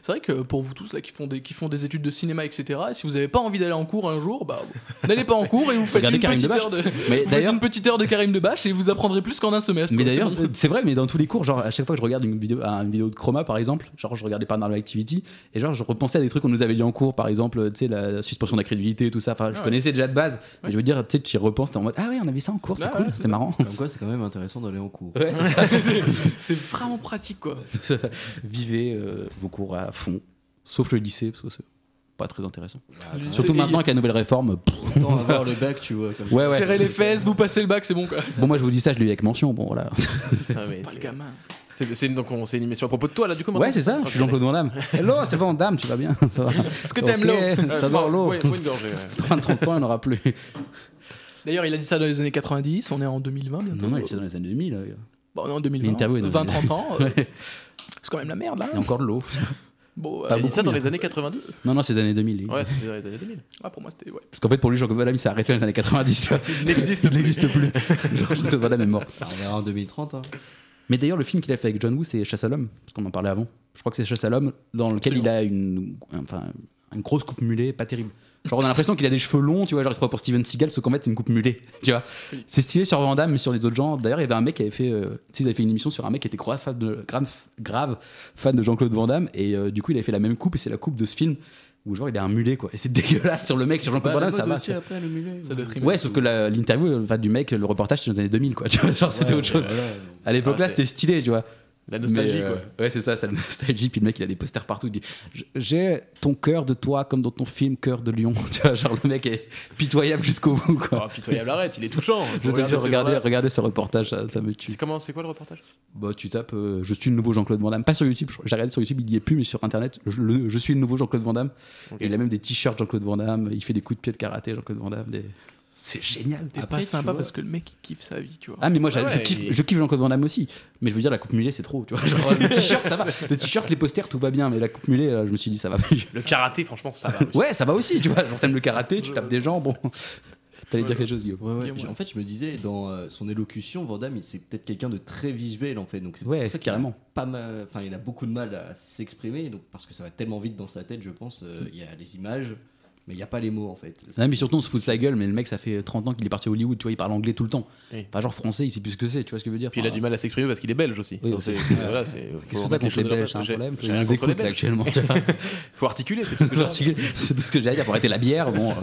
S9: C'est vrai que pour vous tous là qui font des, qui font des études de cinéma, etc., si vous n'avez pas envie d'aller en cours un jour, bah, *laughs* n'allez pas en cours et vous faites
S6: Regardez
S9: une
S6: Karim
S9: petite,
S6: Debache.
S9: heure de, *laughs* vous
S6: Mais
S9: faites
S6: d'ailleurs.
S9: une petite heure de Karim Debache et vous apprendrez plus qu'en un semestre.
S6: Mais
S9: quoi, c'est
S6: d'ailleurs,
S9: bon.
S6: c'est vrai, mais dans tous les cours, genre à chaque fois que je regarde une vidéo, un- une vidéo de Chroma par exemple, genre je regardais Paranormal Activity, et genre je repensais à des trucs qu'on nous avait dit en cours, par exemple, tu sais, la suspension d'incrédulité, tout ça. Enfin, je
S9: Ah ouais.
S6: connaissais déjà de base, mais je veux dire, tu sais, tu y repenses, t'es en mode Ah oui, on avait ça en cours, c'est
S9: Ah ouais,
S6: cool,
S9: c'est
S6: c'était
S9: ça.
S6: marrant.
S8: Comme quoi c'est quand même intéressant d'aller en cours.
S6: Ouais, c'est
S9: *laughs* c'est vraiment pratique quoi.
S6: *laughs* ça. Vivez euh, vos cours à fond, sauf le lycée, parce que c'est pas très intéressant.
S9: Lui, c'est-
S6: Surtout maintenant avec la nouvelle réforme. pff,
S8: Autant avoir le bac, tu vois. Comme
S6: ouais, ouais.
S9: Serrez les fesses, vous passez le bac, c'est bon quoi.
S6: Bon, moi je vous dis ça, je l'ai eu avec mention, bon voilà.
S7: Putain, mais
S9: Pas le gamin.
S7: Ah c'est- c'est- c'est- donc, on- c'est une émission à propos de toi, là, du coup.
S6: Ouais,
S7: maintenant
S6: c'est ça, je suis
S7: Ok.
S6: Jean-Claude Van Damme. Hello, c'est Van Damme, tu vas bien ça va Est-ce
S9: que t'aimes l'eau
S7: Euh,
S6: J'adore
S7: faut-
S6: l'eau. *laughs*
S7: faut- faut une gorgée, ouais.
S6: 30 ans, il n'aura plus.
S9: D'ailleurs, il a dit ça dans les années 90, on est en 2020 bientôt.
S6: Non, non, il était dans les années 2000. euh,
S9: Bon, on est en
S6: Une
S9: 2020.
S6: interview, non,
S9: 20-30 ans, euh,
S6: *laughs* Ouais.
S9: c'est quand même la merde là.
S6: Il y a encore de l'eau.
S9: Bon,
S6: Pas
S9: euh,
S7: Il dit ça
S6: beaucoup, hein.
S7: dans
S6: mais-
S7: les années 90
S6: Non, non, c'est les années 2000. lui.
S7: Ouais, c'était dans les années 2000.
S9: ah, pour moi, c'était. Ouais.
S6: Parce qu'en fait, pour lui, Jean-Claude Van Damme, il s'est arrêté dans les années 90. *laughs* Il n'existe plus. Jean-Claude Van Damme est mort.
S8: ça. On verra en 2030. Hein.
S6: Mais d'ailleurs, le film qu'il a fait avec John Woo, c'est Chasse à l'homme, parce qu'on en parlait avant. Je crois que c'est Chasse à l'homme, dans lequel il a une, enfin, une grosse coupe mulet, pas terrible. Genre, on a l'impression qu'il a des cheveux longs, tu vois, genre, c'est pas pour Steven Seagal, sauf qu'en fait, c'est une coupe mulet, *laughs* tu vois. C'est stylé sur Van Damme, mais sur les autres gens. D'ailleurs, il y avait un mec qui avait fait, euh, tu sais, ils avaient fait une émission sur un mec qui était grave fan de, grave, grave fan de Jean-Claude Van Damme, et euh, du coup, il avait fait la même coupe, et c'est la coupe de ce film où, genre, il a un mulet, quoi. Et c'est *laughs* dégueulasse sur le mec, sur
S8: Bah,
S6: Jean-Claude Van Damme, ça va. tu vois.
S9: Ça doit être
S6: Ouais, sauf que la- l'interview enfin, du mec, le reportage, c'était dans les années 2000, quoi. Tu vois, genre, c'était autre chose. à l'époque,
S7: Ah,
S6: là,
S7: c'est-
S6: c'était stylé, tu vois.
S7: La nostalgie,
S6: Mais, euh,
S7: quoi.
S6: Ouais, c'est ça, c'est la *laughs* nostalgie. Puis le mec, il a des posters partout. Il dit J- J'ai ton cœur de toi comme dans ton film Cœur de Lion. *laughs* Tu vois, genre le mec est pitoyable jusqu'au bout, quoi.
S7: Oh, pitoyable, arrête, il est touchant.
S6: Je te
S7: Regardez
S6: jure,
S7: ce
S6: regardez,
S7: gars-là.
S6: regardez ce reportage, ça, ça me tue.
S7: C'est comment, c'est quoi le reportage
S6: Bah, tu tapes euh, Je suis le nouveau Jean-Claude Van Damme. Pas sur YouTube, je- j'ai regardé sur YouTube, il y est plus, mais sur Internet, je, le- je suis le nouveau Jean-Claude Van Damme.
S7: Ok.
S6: Et il a même des t-shirts Jean-Claude Van Damme, il fait des coups de pied de karaté, Jean-Claude Van Damme. des- C'est génial.
S9: T'es pas sympa parce que le mec il kiffe sa vie, tu vois.
S6: Ah mais moi j'a-
S7: Ouais,
S6: je
S7: ouais,
S6: kiffe,
S7: il-
S6: je kiffe Jean-Claude Van Damme aussi, mais je veux dire la coupe mulet c'est trop, tu vois. Genre, le t-shirt
S7: *laughs*
S6: ça va, le t-shirt, les posters tout va bien, mais la coupe mulet euh, je me suis dit ça va plus.
S7: Le karaté, franchement, ça va. aussi.
S6: Ouais ça va aussi, tu vois. Genre t'aimes le karaté, tu tapes des gens, bon. T'allais dire quelque chose Guillaume.
S8: Ouais, ouais.
S9: Guillaume,
S8: J- En
S9: ouais.
S8: fait, je me disais, dans euh, son élocution, Vandamme, il- c'est peut-être quelqu'un de très visuel, en fait. Donc, c'est
S6: Ouais,
S8: pour ça
S6: c'est
S8: qu'il a
S6: carrément.
S8: Pas mal, enfin, il a beaucoup de mal à s'exprimer, donc parce que ça va tellement vite dans sa tête, je pense. euh, Il y a les images, mais il n'y a pas les mots, en fait.
S6: Non mais surtout on se fout de sa gueule, mais le mec ça fait 30 ans qu'il est parti à Hollywood, tu vois il parle anglais tout le temps.
S7: Oui.
S6: Pas genre français, il sait plus ce que c'est, tu vois ce que je veux dire.
S7: Puis il a du mal à s'exprimer parce qu'il est belge aussi.
S6: Oui,
S7: Donc,
S6: c'est-
S7: c'est- c'est- voilà, c'est- faut
S6: Qu'est-ce que t'as
S7: remettre
S6: contre les
S7: les choses à leur
S6: Belges, c'est un
S7: place. J'ai-
S6: problème.
S7: j'ai
S6: Je
S7: rien
S6: les
S7: contre les
S6: écoute là
S7: Belges.
S6: actuellement. tu vois.
S7: Faut articuler, c'est tout ce que
S6: Genre,
S7: ça.
S6: article- c'est tout ce que j'allais dire pour arrêter la bière. Bon,
S7: *laughs*
S6: euh.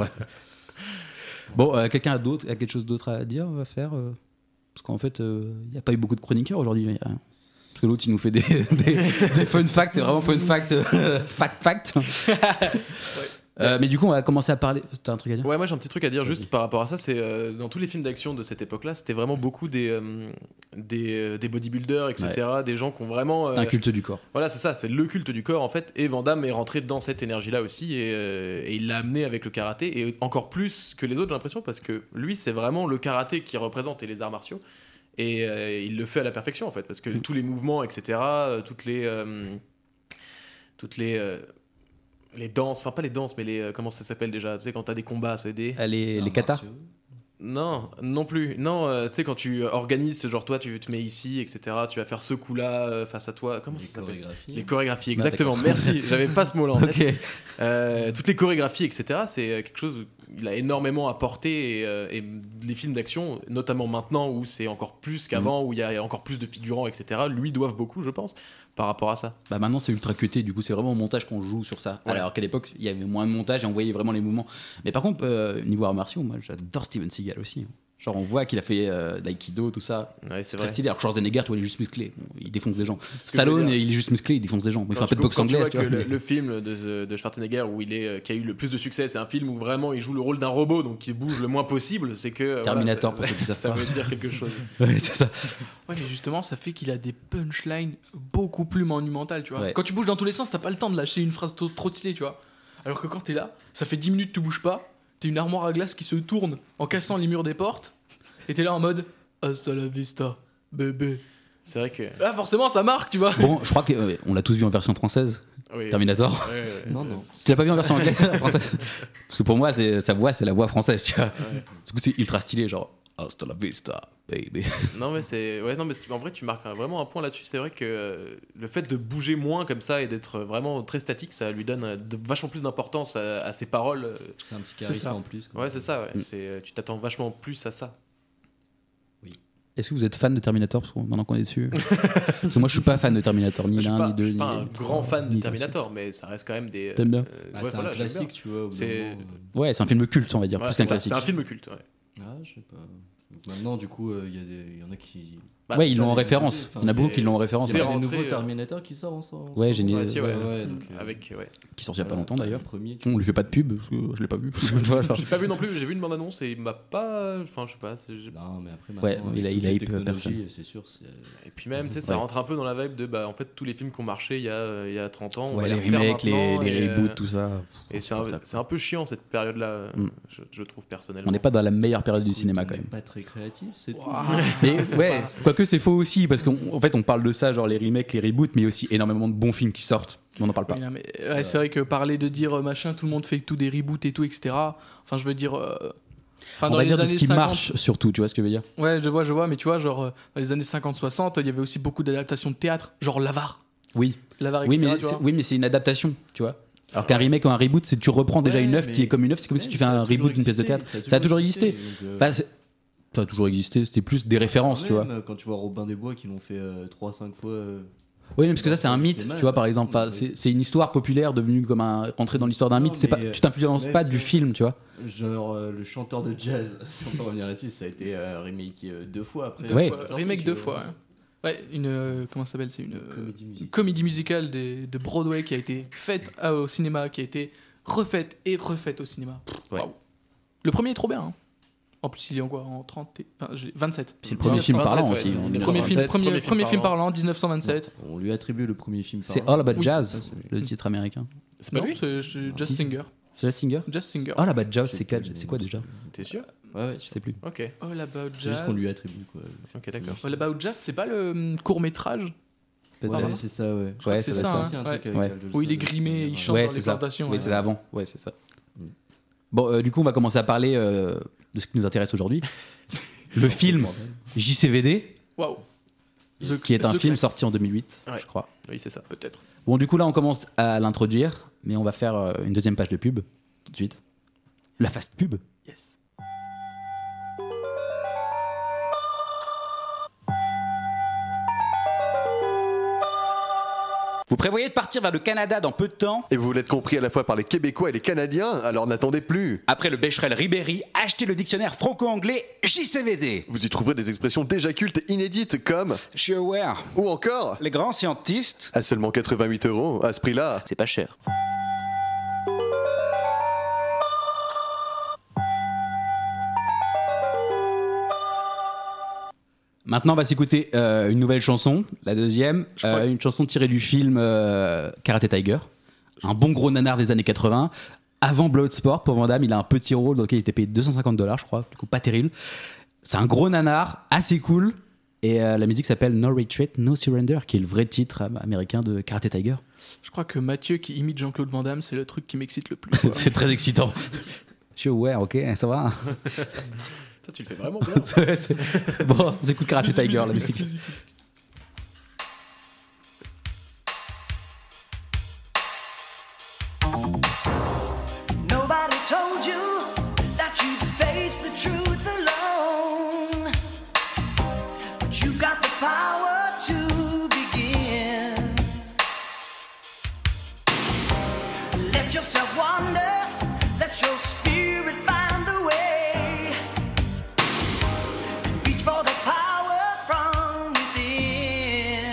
S6: bon euh, quelqu'un a d'autre a quelque chose d'autre à dire, à faire euh, Parce qu'en fait, euh, il n'y a pas eu beaucoup de chroniqueurs aujourd'hui. y a rien. Parce que l'autre, il nous fait des, *laughs* des- des fun facts. C'est vraiment fun fact. euh, fact,
S7: *laughs*
S6: fact. Euh, mais du coup, on va commencer à parler. T'as un truc à dire
S7: Ouais, moi j'ai un petit truc à dire juste par rapport à ça. C'est euh, dans tous les films d'action de cette époque-là, c'était vraiment beaucoup des, euh, des, euh, des bodybuilders, etc. Des gens qui ont vraiment.
S6: C'est un
S7: euh,
S6: culte du corps.
S7: Voilà, c'est ça, c'est le culte du corps en fait. Et Van Damme est rentré dans cette énergie-là aussi et, euh, et il l'a amené avec le karaté et encore plus que les autres, j'ai l'impression, parce que lui, c'est vraiment le karaté qui représente et les arts martiaux. Et euh, il le fait à la perfection en fait, parce que tous les mouvements, etc., euh, toutes les. euh, toutes les. euh, les danses, enfin pas les danses, mais les. euh, comment ça s'appelle déjà Tu sais, quand t'as des combats, c'est des.
S6: Les, les katas
S7: Non, non plus. Non, euh, tu sais, quand tu organises, genre toi, tu te mets ici, etc., tu vas faire ce coup-là euh, face à toi. Comment
S8: les
S7: ça s'appelle
S8: chorégraphies.
S7: les
S6: Ah,
S7: chorégraphies, exactement.
S6: *laughs*
S7: Merci, j'avais pas ce mot-là. en tête. Euh, toutes les chorégraphies, etc. C'est euh, quelque chose où il a énormément apporté et, euh, et les films d'action, notamment maintenant où c'est encore plus
S6: Mhm.
S7: qu'avant, où il y a encore plus de figurants, etc. Lui doivent beaucoup, je pense, par rapport à ça.
S6: Bah maintenant c'est ultra cuté, du coup c'est vraiment au montage qu'on joue sur ça.
S7: Ouais.
S6: Alors qu'à l'époque il y avait moins de montage et on voyait vraiment les mouvements. Mais par contre, euh, niveau arts martiaux, moi j'adore Steven Seagal aussi. Genre on voit qu'il a fait euh, l'aïkido, tout ça.
S7: Ouais, c'est
S6: Très
S7: vrai.
S6: stylé. Alors que Schwarzenegger, tu vois, il est juste musclé, Bon, il défonce des gens.
S7: que je
S6: Stallone,
S7: veux
S6: il est juste musclé, il défonce des gens. Mais il fait
S7: Quand
S6: un peu
S7: tu
S6: de
S7: peux-
S6: boxe
S7: quand tu
S6: anglaise,
S7: vois
S6: tu vois.
S7: que le, le film de, de Schwarzenegger où il est, euh, qui a eu le plus de succès, c'est un film où vraiment il joue le rôle d'un robot, donc qui bouge le moins possible. C'est que euh, voilà,
S6: Terminator,
S7: ça-
S6: pour ceux qui savent
S7: ça
S6: pas.
S7: veut dire quelque chose.
S6: *laughs* Ouais, c'est ça.
S9: Ouais, mais justement, ça fait qu'il a des punchlines beaucoup plus monumentales, tu vois.
S6: Ouais.
S9: Quand tu bouges dans tous les sens, t'as pas le temps de lâcher une phrase trop, trop stylée, tu vois. Alors que quand t'es là, ça fait 10 minutes que tu bouges pas, t'es une armoire à glace qui se tourne en cassant les murs des portes, et t'es là en mode Hasta la vista, bébé.
S7: C'est vrai que.
S9: Là, forcément, ça marque, tu vois.
S6: Bon, je crois qu'on l'a tous vu en version française,
S7: oui.
S6: Terminator.
S7: Ouais, ouais.
S8: Non, non.
S6: Tu l'as pas vu en version anglaise, française Parce que pour moi, c'est- sa voix, c'est la voix française, tu vois. Du coup, c'est ultra stylé, genre Hasta la vista, baby.
S7: Non mais c'est ouais non mais c'est- en vrai tu marques un- vraiment un point là-dessus c'est vrai que euh, le fait de bouger moins comme ça et d'être euh, vraiment très statique ça lui donne euh, de- vachement plus d'importance à, à ses paroles euh.
S8: C'est un petit
S9: C'est
S8: charisme
S9: ça.
S8: en plus. quoi.
S7: ouais c'est ça ouais.
S6: Mm.
S7: c'est euh, tu t'attends vachement plus à ça
S6: Est-ce que vous êtes fan de Terminator parce que maintenant qu'on est
S7: *laughs*
S6: dessus Parce que moi je suis pas fan de Terminator, ni
S7: je suis
S6: l'un,
S7: pas,
S6: ni deux.
S7: je suis
S6: ni-
S7: pas un
S6: ni-
S7: grand fan
S6: ni-
S7: de Terminator mais ça reste quand même des euh,
S6: T'aimes bien
S7: euh,
S8: Bah,
S7: ouais,
S8: c'est
S7: voilà,
S8: un
S7: j'aime
S8: classique,
S7: bien.
S8: tu vois. au bout d'un
S7: C'est-
S8: moment,
S6: Ouais, c'est un film culte, on va dire,
S7: Voilà,
S6: plus
S7: c'est
S6: qu'un
S7: ça,
S6: classique.
S7: c'est un film culte ouais.
S8: euh, Ah, je sais pas. Donc, maintenant, du coup, euh, il y a des- il y, en a qui.
S7: Bah,
S6: ouais, ils
S8: ça,
S6: l'ont en
S8: les-
S6: référence.
S8: enfin,
S6: Il y en a beaucoup
S7: c'est-
S6: qui l'ont en référence.
S8: C'est
S7: c'est
S8: pas des
S7: rentré,
S8: nouveaux
S7: euh,
S8: Terminator qui sortent en ce moment
S6: Ouais, j'ai
S7: Ouais, si, ouais.
S8: donc, euh,
S7: avec ouais.
S6: Qui sortit il y a pas
S8: voilà,
S6: longtemps d'ailleurs.
S8: le premier, tu
S6: Euh, bah, On lui fait pas de pub parce que *laughs* je l'ai pas vu. Voilà.
S7: j'ai pas vu non plus j'ai vu une bande annonce et il m'a pas enfin je sais pas c'est- j'ai-
S8: Non, mais après,
S6: Ouais,
S8: maintenant,
S6: il a-
S8: avec
S6: il a
S8: toutes les
S6: hype
S8: technologies,
S6: personne.
S8: C'est sûr, c'est. euh,
S7: et puis même tu sais ça
S6: Ouais.
S7: rentre un peu dans la vibe de bah en fait tous les films qui ont marché il y a euh, il y a 30 ans on va
S6: Ouais, les
S7: refaire
S6: remakes, les,
S7: maintenant,
S6: les
S7: et, euh,
S6: reboots, tout ça.
S7: Et c'est un, c'est un peu chiant cette période-là, euh,
S6: Mm.
S7: je, je trouve personnellement.
S6: On n'est pas dans la meilleure période du
S8: Écoute,
S6: cinéma
S8: on
S6: quand
S8: est
S6: même.
S8: Pas très créatif, c'est tout.
S9: Ouah.
S6: Mais ouais, quoique c'est faux aussi parce qu'en fait on parle de ça, genre les remakes, les reboots, mais aussi énormément de bons films qui sortent. Mais on n'en parle pas.
S9: Oui, non, mais, ouais, c'est vrai que parler de dire euh, machin, tout le monde fait tout des reboots et tout, etc. Enfin, je veux dire. euh, Enfin,
S6: On
S9: dans
S6: va
S9: les
S6: dire de ce
S9: années
S6: qui
S9: 50,
S6: marche surtout, tu vois ce que je veux dire
S9: Ouais, je vois, je vois, mais tu vois, genre, euh, dans les années 50-60, il y avait aussi beaucoup d'adaptations de théâtre, genre L'Avare.
S6: Oui.
S9: L'Avare,
S6: Oui
S9: etc.
S6: mais,
S9: tu vois.
S6: c'est- oui, mais c'est une adaptation, tu vois. Alors qu'un remake ou un reboot, c'est tu reprends déjà
S10: Ouais,
S6: une œuvre
S10: mais-
S6: qui est comme une œuvre, c'est comme si tu fais un reboot d'une pièce de théâtre. Ça a toujours existé.
S8: euh,
S6: Enfin, c'est- Ça a toujours existé, c'était plus des références, tu vois.
S8: Quand tu vois Robin des Bois qui l'ont fait 3-5 fois. euh,
S6: Oui, mais parce que ça, c'est un mythe,
S8: cinéma,
S6: tu vois, par exemple. Enfin, c'est c'est une histoire populaire devenue comme un. rentrer dans l'histoire d'un mythe. C'est
S8: mais,
S6: pas,
S8: euh,
S6: tu t'influences
S8: même
S6: pas
S8: si-
S6: du film, tu vois.
S8: Genre euh, le chanteur de jazz, *laughs* si on peut revenir là-dessus, ça a été euh, remake euh, deux fois après.
S6: Deux Ouais.
S8: la
S6: fois,
S8: sortie,
S9: Remake
S8: tu
S9: deux
S8: vois.
S9: fois. ouais. Ouais, une. euh, comment ça s'appelle C'est une, euh, une comédie musicale des- de Broadway qui a été faite à- au cinéma, qui a été refaite et refaite au cinéma. Pff, waouh. Le premier est trop bien. hein. En plus, il est en quoi En 30 et- enfin, j'ai- 27.
S6: C'est le premier film
S9: 1927,
S6: parlant
S9: ouais.
S6: aussi, en
S9: Le
S6: 1927.
S9: Premier film, premier,
S6: Premier film
S9: premier film
S6: parlant.
S9: parlant, 1927.
S8: On lui attribue le premier film.
S6: Euh, C'est
S8: parlant.
S6: All About
S8: Oui,
S6: Jazz,
S8: c'est ça,
S6: le titre américain.
S9: C'est pas lui C'est c'est Just
S6: Bah Ah, Si. Ah.
S9: Singer.
S6: C'est Oh, la Singer
S9: Just Singer.
S6: All About Jazz, c'est quoi, c'est quoi déjà
S7: T'es sûr
S8: Ouais, ouais,
S6: Je sais plus.
S7: Ok.
S9: All About
S8: C'est
S9: Oh, Jazz.
S8: juste qu'on lui attribue quoi.
S7: Ok, d'accord.
S9: All About Jazz, c'est pas le hum, court métrage
S8: Ouais, c'est ça, ouais.
S9: Je crois que c'est ça, hein, ouais.
S8: euh,
S9: Ouais. Où il est grimé, il chante dans les plantations.
S6: Oui,
S9: ouais.
S6: c'est avant. Ouais, c'est ça. Bon, euh, du coup, on va commencer à parler euh, de ce qui nous intéresse aujourd'hui. le film JCVD,
S9: Waouh. The-
S6: qui est un
S9: The
S6: film
S9: Crack.
S6: sorti en 2008, je crois.
S7: Oui, c'est ça.
S9: Peut-être.
S6: Bon, du coup, là, on commence à l'introduire, mais on va faire euh, une deuxième page de pub tout de suite. La fast pub.
S9: Yes.
S6: Vous prévoyez de partir vers le Canada dans peu de temps
S4: Et vous voulez être compris à la fois par les Québécois et les Canadiens, alors n'attendez plus
S6: Après le Becherel Ribéry, achetez le dictionnaire franco-anglais JCVD.
S4: Vous y trouverez des expressions déjà cultes et inédites comme
S6: Je suis aware.
S4: Ou encore
S6: Les grands scientistes.
S4: À seulement 88 euros, à ce prix-là,
S7: C'est pas cher.
S6: Maintenant, on va s'écouter euh, une nouvelle chanson, la deuxième, euh, une chanson tirée du film euh, Karate Tiger, un bon gros nanar des années 80. Avant Bloodsport, pour Van Damme, il a un petit rôle dans lequel il était payé 250 dollars, je crois, du coup pas terrible. C'est un gros nanar, assez cool, et euh, la musique s'appelle No Retreat, No Surrender, qui est le vrai titre euh, américain de Karate Tiger.
S9: Je crois que Mathieu qui imite Jean-Claude Van Damme, c'est le truc qui m'excite le plus. quoi.
S6: C'est très excitant. Je suis aware, ok, ça va.
S7: Toi, tu le fais vraiment bien.
S6: *laughs* bon, on écoute Karate Tiger, la musique.
S11: Nobody told you that you face the truth alone. But you got the power to begin. Let yourself wander, let your spirit find the way. Reach for the power from within.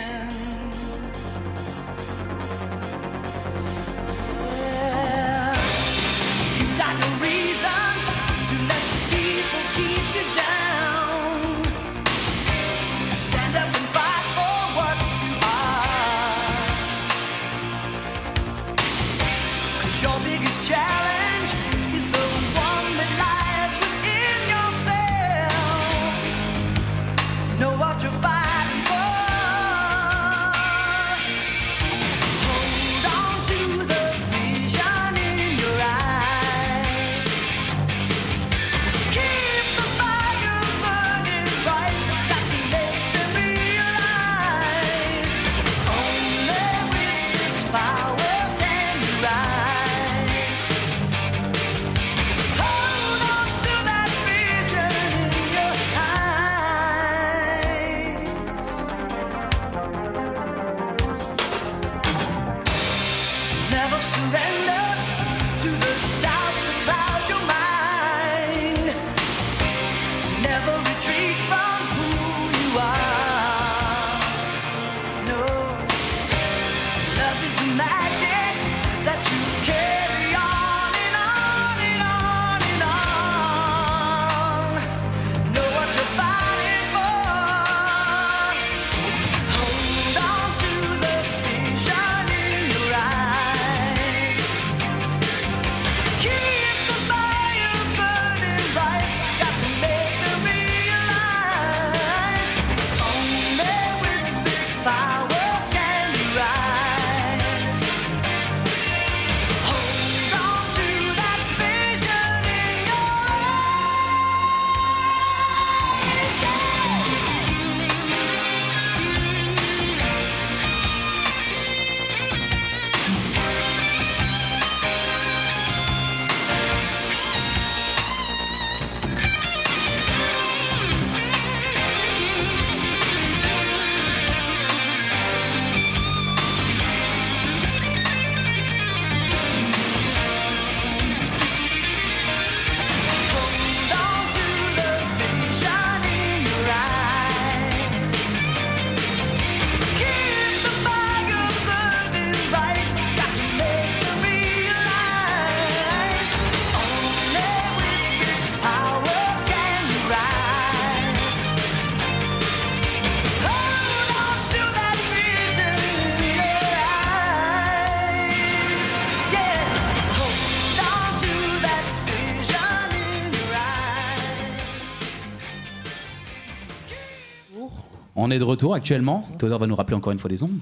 S6: On est de retour actuellement. Théodore va nous rappeler encore une fois les ondes.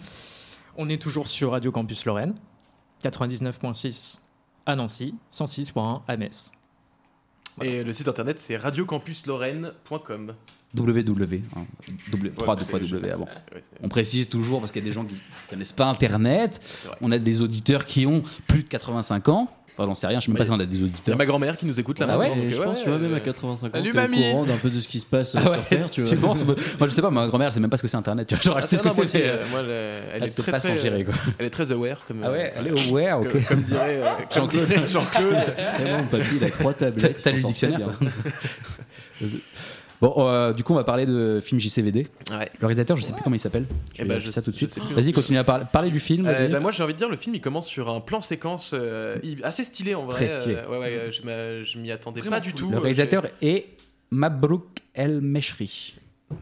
S10: On est toujours sur Radio Campus Lorraine, 99.6 à Nancy, 106.1 à Metz.
S7: Et le site internet, c'est radiocampuslorraine.com.
S6: www. hein, w, trois, deux
S7: c'est-
S6: fois
S7: je-
S6: W avant.
S7: Ouais,
S6: On précise toujours parce qu'il y a des gens qui connaissent pas Internet. On a des auditeurs qui ont plus de 85 ans. Enfin, j'en sais rien, je sais même pas si on a des auditeurs. Il y
S7: a ma grand-mère qui nous écoute
S8: Ah
S6: là
S10: là,
S6: Ah ouais,
S10: maintenant, donc,
S6: Et
S10: Je ouais, pense, tu vois, ouais, même à je- 85 ans, Salut, t'es au mamie. courant d'un peu de ce qui se passe, euh, sur Terre, tu vois.
S6: penses Moi, je sais pas, ma grand-mère, elle sait même pas ce que c'est Internet. Tu vois, genre, elle
S7: Ah,
S6: sait
S7: ça,
S6: ce que
S7: non, moi,
S6: c'est. mais,
S7: c'est,
S6: euh,
S7: euh, moi, elle, elle
S6: elle
S7: est
S6: sait
S7: très,
S6: pas
S7: très, euh,
S6: s'en gérer, quoi.
S7: Elle est très aware. Comme,
S6: Ah ouais,
S7: euh,
S6: elle est aware,
S7: que-
S6: ok.
S7: Comme dirait euh, comme
S6: Jean-Claude.
S7: dirait Jean-Claude.
S6: *laughs* C'est bon, papy, il a trois tablettes, *laughs* T'as il lu s'en le sort dictionnaire, très bien. *laughs* Bon, euh, du coup, on va parler de film JCVD. Le réalisateur, je sais plus comment il s'appelle. Je
S7: Eh
S6: vais
S7: ben,
S6: vérifier
S7: je
S6: ça tout de
S7: sais- je
S6: suite.
S7: sais plus.
S6: Vas-y, continue à parler. Parlez du film.
S7: Euh,
S6: vas-y.
S7: bah, moi j'ai envie de dire le film il commence sur un plan séquence euh, il- assez stylé en vrai.
S6: Très stylé.
S7: Euh, ouais, ouais, euh, je m'a- je m'y attendais
S6: Vraiment
S7: pas du
S6: cool.
S7: tout.
S6: Le
S7: Euh,
S6: réalisateur est Mabrouk El Meshri.
S7: j'ai-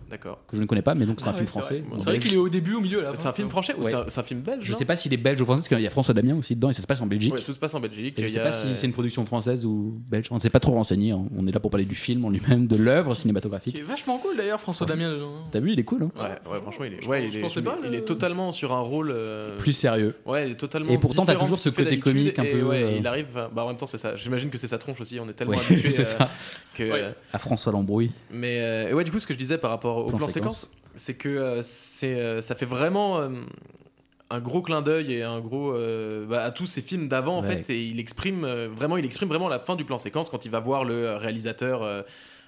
S7: D'accord.
S6: Que je ne connais pas, mais donc c'est
S7: Ah
S6: un
S7: ouais,
S6: film
S7: c'est
S6: français.
S7: vrai.
S6: On
S7: C'est vrai
S6: dirait-
S7: qu'il est au début, au milieu,
S9: Ah,
S7: à la C'est fin, un film quoi. français ou
S6: Ouais.
S7: c'est un- c'est un film belge,
S6: Je
S7: non
S6: sais pas s'il est belge ou français, parce qu'il y a François Damien aussi dedans et ça se passe en Belgique.
S7: Ouais, tout se passe en Belgique.
S6: Et je
S7: Il
S6: sais
S7: y a-
S6: pas si c'est une production française ou belge. On ne s'est pas trop renseigné. hein. On est là pour parler du film en lui-même, de l'œuvre cinématographique.
S9: Qui est vachement cool d'ailleurs, François Damien. dedans.
S6: T'as vu, il est cool. hein.
S7: Ouais, ouais, franchement, il est,
S9: Je
S7: ouais,
S9: pense-
S7: il,
S9: je
S7: est,
S9: pensais
S7: il-
S9: pas,
S7: il
S9: le-
S7: est totalement sur un rôle euh,
S6: Plus sérieux.
S7: Ouais, il est totalement.
S6: Et pourtant, t'as
S7: différent de
S6: toujours ce
S7: qu'il fait
S6: côté
S7: d'habitude,
S6: comique un
S7: et
S6: peu,
S7: ouais,
S6: euh,
S7: il arrive. à- Bah, en même temps, c'est ça. J'imagine que c'est sa tronche aussi. On est tellement
S6: Ouais, *laughs*
S7: habitué
S6: c'est
S7: euh,
S6: ça.
S7: que.
S6: À François Lambrouille.
S7: Mais euh, et ouais, du coup, ce que je disais par rapport au
S6: Plan
S7: plan,
S6: séquence.
S7: séquence, c'est que euh, c'est, euh, ça fait vraiment euh, un gros clin d'œil et un gros euh, bah, à tous ces films d'avant en
S6: Ouais.
S7: fait. Et il exprime euh, vraiment, il exprime vraiment la fin du plan séquence quand il va voir le euh, réalisateur. euh,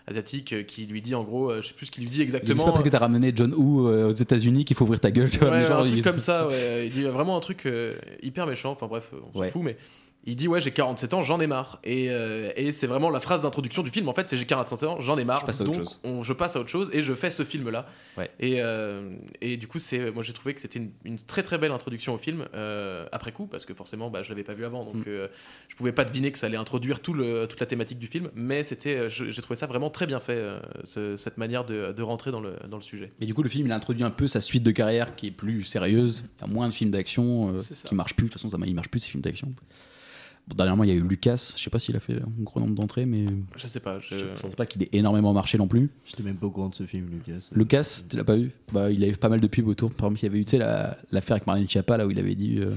S7: asiatique euh, qui lui dit en gros euh, je sais plus ce qu'il lui dit
S6: Je sais
S7: exactement
S6: pas parce que t'as ramené John Woo euh, aux États-Unis qu'il faut ouvrir ta gueule. Tu vois,
S7: Ouais,
S6: mais genre,
S7: un truc
S6: il-
S7: comme ça,
S6: *laughs*
S7: ouais. il dit vraiment un truc euh, hyper méchant, enfin bref, on
S6: Ouais.
S7: s'en fout, mais il dit ouais j'ai 47 ans, j'en ai marre. Et, euh, et c'est vraiment la phrase d'introduction du film, en fait c'est j'ai 47 ans, j'en ai marre,
S6: Je passe à autre
S7: donc
S6: chose.
S7: on- je passe à autre chose et je fais ce film-là.
S6: Ouais.
S7: Et, euh, et du coup c'est moi j'ai trouvé que c'était une, une très très belle introduction au film, euh, après coup, parce que forcément bah, je l'avais pas vu avant, donc
S6: Mm.
S7: euh, je pouvais pas deviner que ça allait introduire tout le, toute la thématique du film, mais c'était euh, je- j'ai trouvé ça vraiment très bien fait, euh, ce- cette manière de, de rentrer dans le, dans le sujet.
S6: Mais du coup, le film, il introduit un peu sa suite de carrière qui est plus sérieuse. Il y a moins de films d'action euh,
S7: C'est ça.
S6: qui marchent plus. De toute façon, ça, il marche plus ces films d'action. Bon, dernièrement, il y a eu Lucas. Je sais pas s'il a fait un gros nombre d'entrées, mais
S7: Je sais pas, je-
S6: je pense pas qu'il ait énormément marché non plus.
S8: hein. J'étais même pas au courant de ce film, Lucas.
S6: Lucas, tu l'as pas vu Bah, il a eu pas mal de pubs autour. Par exemple, il y avait eu, tu sais, la- l'affaire avec Marlène Schiappa, là où il avait dit. euh,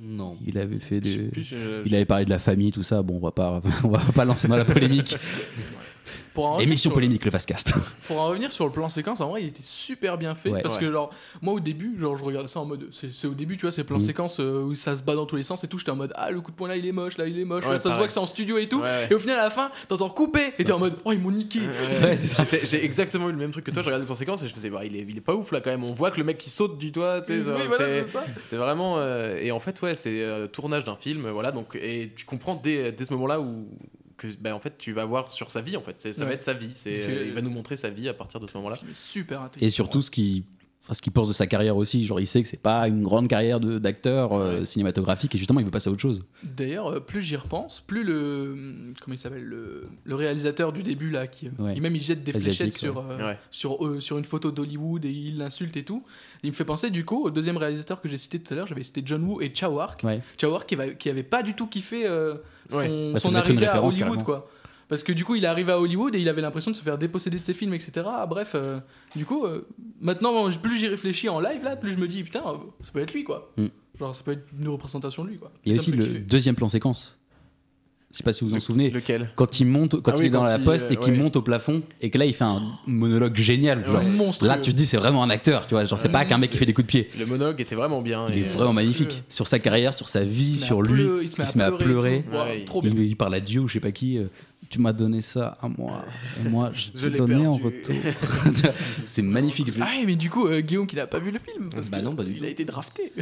S8: Non.
S6: Il avait fait
S8: Je sais
S6: des.
S8: plus, je-
S6: il
S8: je-
S6: avait parlé de la famille, tout ça. Bon, on va pas, *laughs* on va pas lancer dans la polémique.
S9: Pour un
S6: Émission
S9: retour sur-
S6: polémique, le Fastcast.
S9: Pour en revenir sur le plan séquence, en vrai, il était super bien fait.
S6: Ouais.
S9: parce que,
S6: Ouais.
S9: genre, moi au début, genre, je regardais ça en mode. C'est c'est au début, tu vois, ces plans
S6: Mm.
S9: séquences euh, où ça se bat dans tous les sens et tout. J'étais en mode, ah, le coup de poing là, il est moche, là, il est moche.
S7: Ouais,
S9: là, ça se
S7: pareil.
S9: voit que c'est en studio et tout.
S7: Ouais.
S8: *laughs*
S9: Et au final, à la fin, t'entends couper. Et t'es en mode, oh, ils m'ont niqué.
S7: Ouais, j'étais- J'ai exactement eu le même truc que toi, j'ai regardé le plan séquence et je faisais, bah, il, est, il est pas ouf là quand même, on voit que le mec qui saute du toit, tu sais,
S9: *laughs* Oui,
S7: ça,
S9: voilà,
S7: c'est-
S9: c'est ça.
S7: c'est vraiment. euh, et en fait, ouais, c'est euh, tournage d'un film, euh, voilà, donc, et tu comprends dès, dès ce moment-là où. Que, bah, en fait, tu vas voir sur sa vie, en fait, c'est- ça
S9: Ouais.
S7: va être sa vie, c'est,
S9: Donc, euh,
S7: euh, il va nous montrer sa vie à partir de ce moment-là.
S9: Super intéressant.
S6: Et surtout, ce qui. Enfin, ce qu'il pense de sa carrière aussi, genre il sait que c'est pas une grande carrière de- d'acteur euh, cinématographique et justement il veut passer à autre
S8: *laughs*
S6: chose.
S9: D'ailleurs, euh, plus j'y repense, plus le comment il s'appelle le, le réalisateur du début là qui euh,
S6: Ouais.
S9: il même il jette des
S6: Asiatique,
S9: fléchettes sur
S6: ouais.
S9: euh,
S6: Ouais.
S9: sur euh, sur une photo d'Hollywood et il l'insulte et tout. Il me fait penser du coup au deuxième réalisateur que j'ai cité tout à l'heure, j'avais cité John Woo et Chawark.
S6: Ouais.
S9: Chawark qui, va- qui avait pas du tout kiffé euh, son,
S6: Ouais. Bah, ça
S9: son
S6: doit être une
S9: arrivée à
S6: référence,
S9: Hollywood
S6: carrément.
S9: quoi. Parce que du coup, il est arrivé à Hollywood et il avait l'impression de se faire déposséder de ses films, etc. Ah, bref, euh, du coup, euh, maintenant, plus j'y réfléchis en live, là, plus je me dis, putain, euh, ça peut être lui, quoi.
S6: Mm.
S9: Genre, ça peut être une représentation de lui, quoi.
S6: Il y a
S9: Ça me
S6: aussi
S9: fait
S6: le
S9: kiffer.
S6: deuxième plan séquence. Je sais pas si vous vous en souvenez.
S7: Lequel
S6: Quand il monte, quand
S7: Ah
S6: il
S7: oui,
S6: est dans
S7: quand
S6: la
S7: il,
S6: poste et
S7: euh,
S6: qu'il
S7: ouais.
S6: monte au plafond et que là il fait un monologue génial. genre,
S7: Ouais. Monstrueux.
S6: Là tu te dis c'est vraiment un acteur, tu vois. Genre c'est pas qu'un mec qui fait des coups de pied.
S7: Le monologue était vraiment bien.
S6: Il
S7: et,
S6: est vraiment magnifique sur sa carrière, sur sa vie,
S7: met à
S6: sur lui.
S7: pleu- il se met à pleurer et
S6: pleurer.
S7: tout. Waouh, Ouais. trop bien.
S6: Il, il parle à Dieu ou je sais pas qui. euh, Tu m'as donné ça à moi. Et moi, je,
S9: Je
S6: te
S9: l'ai
S6: donnais en
S9: perdu.
S6: retour. *laughs* c'est
S7: *laughs*
S6: magnifique.
S9: Ah oui, mais du coup, euh, Guillaume qui n'a pas vu le film, parce
S6: Bah
S9: que il a été
S6: *laughs*
S9: drafté.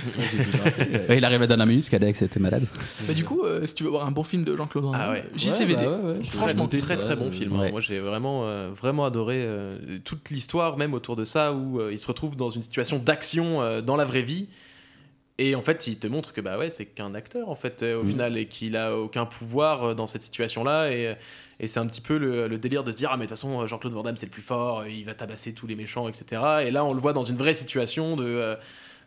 S6: Ouais, il arrive à la dernière minute parce qu'Alex était malade.
S9: bah du coup, euh, si tu veux voir un bon film de Jean-Claude Van Damme, euh,
S7: Ah ouais.
S9: JCVD,
S8: bah
S6: bah
S9: franchement
S7: franchement très très bon
S9: euh,
S7: film. hein. Moi j'ai vraiment euh, vraiment adoré euh, toute l'histoire même autour de ça où euh, il se retrouve dans une situation d'action euh, dans la vraie vie et en fait il te montre que bah ouais c'est qu'un acteur en fait euh, au
S6: Mm.
S7: final et qu'il a aucun pouvoir euh, dans cette situation là et euh, et c'est un petit peu le, le délire de se dire ah mais de toute façon Jean-Claude euh, Van Damme c'est le plus fort il va tabasser tous les méchants etc et là on le voit dans une vraie situation de euh,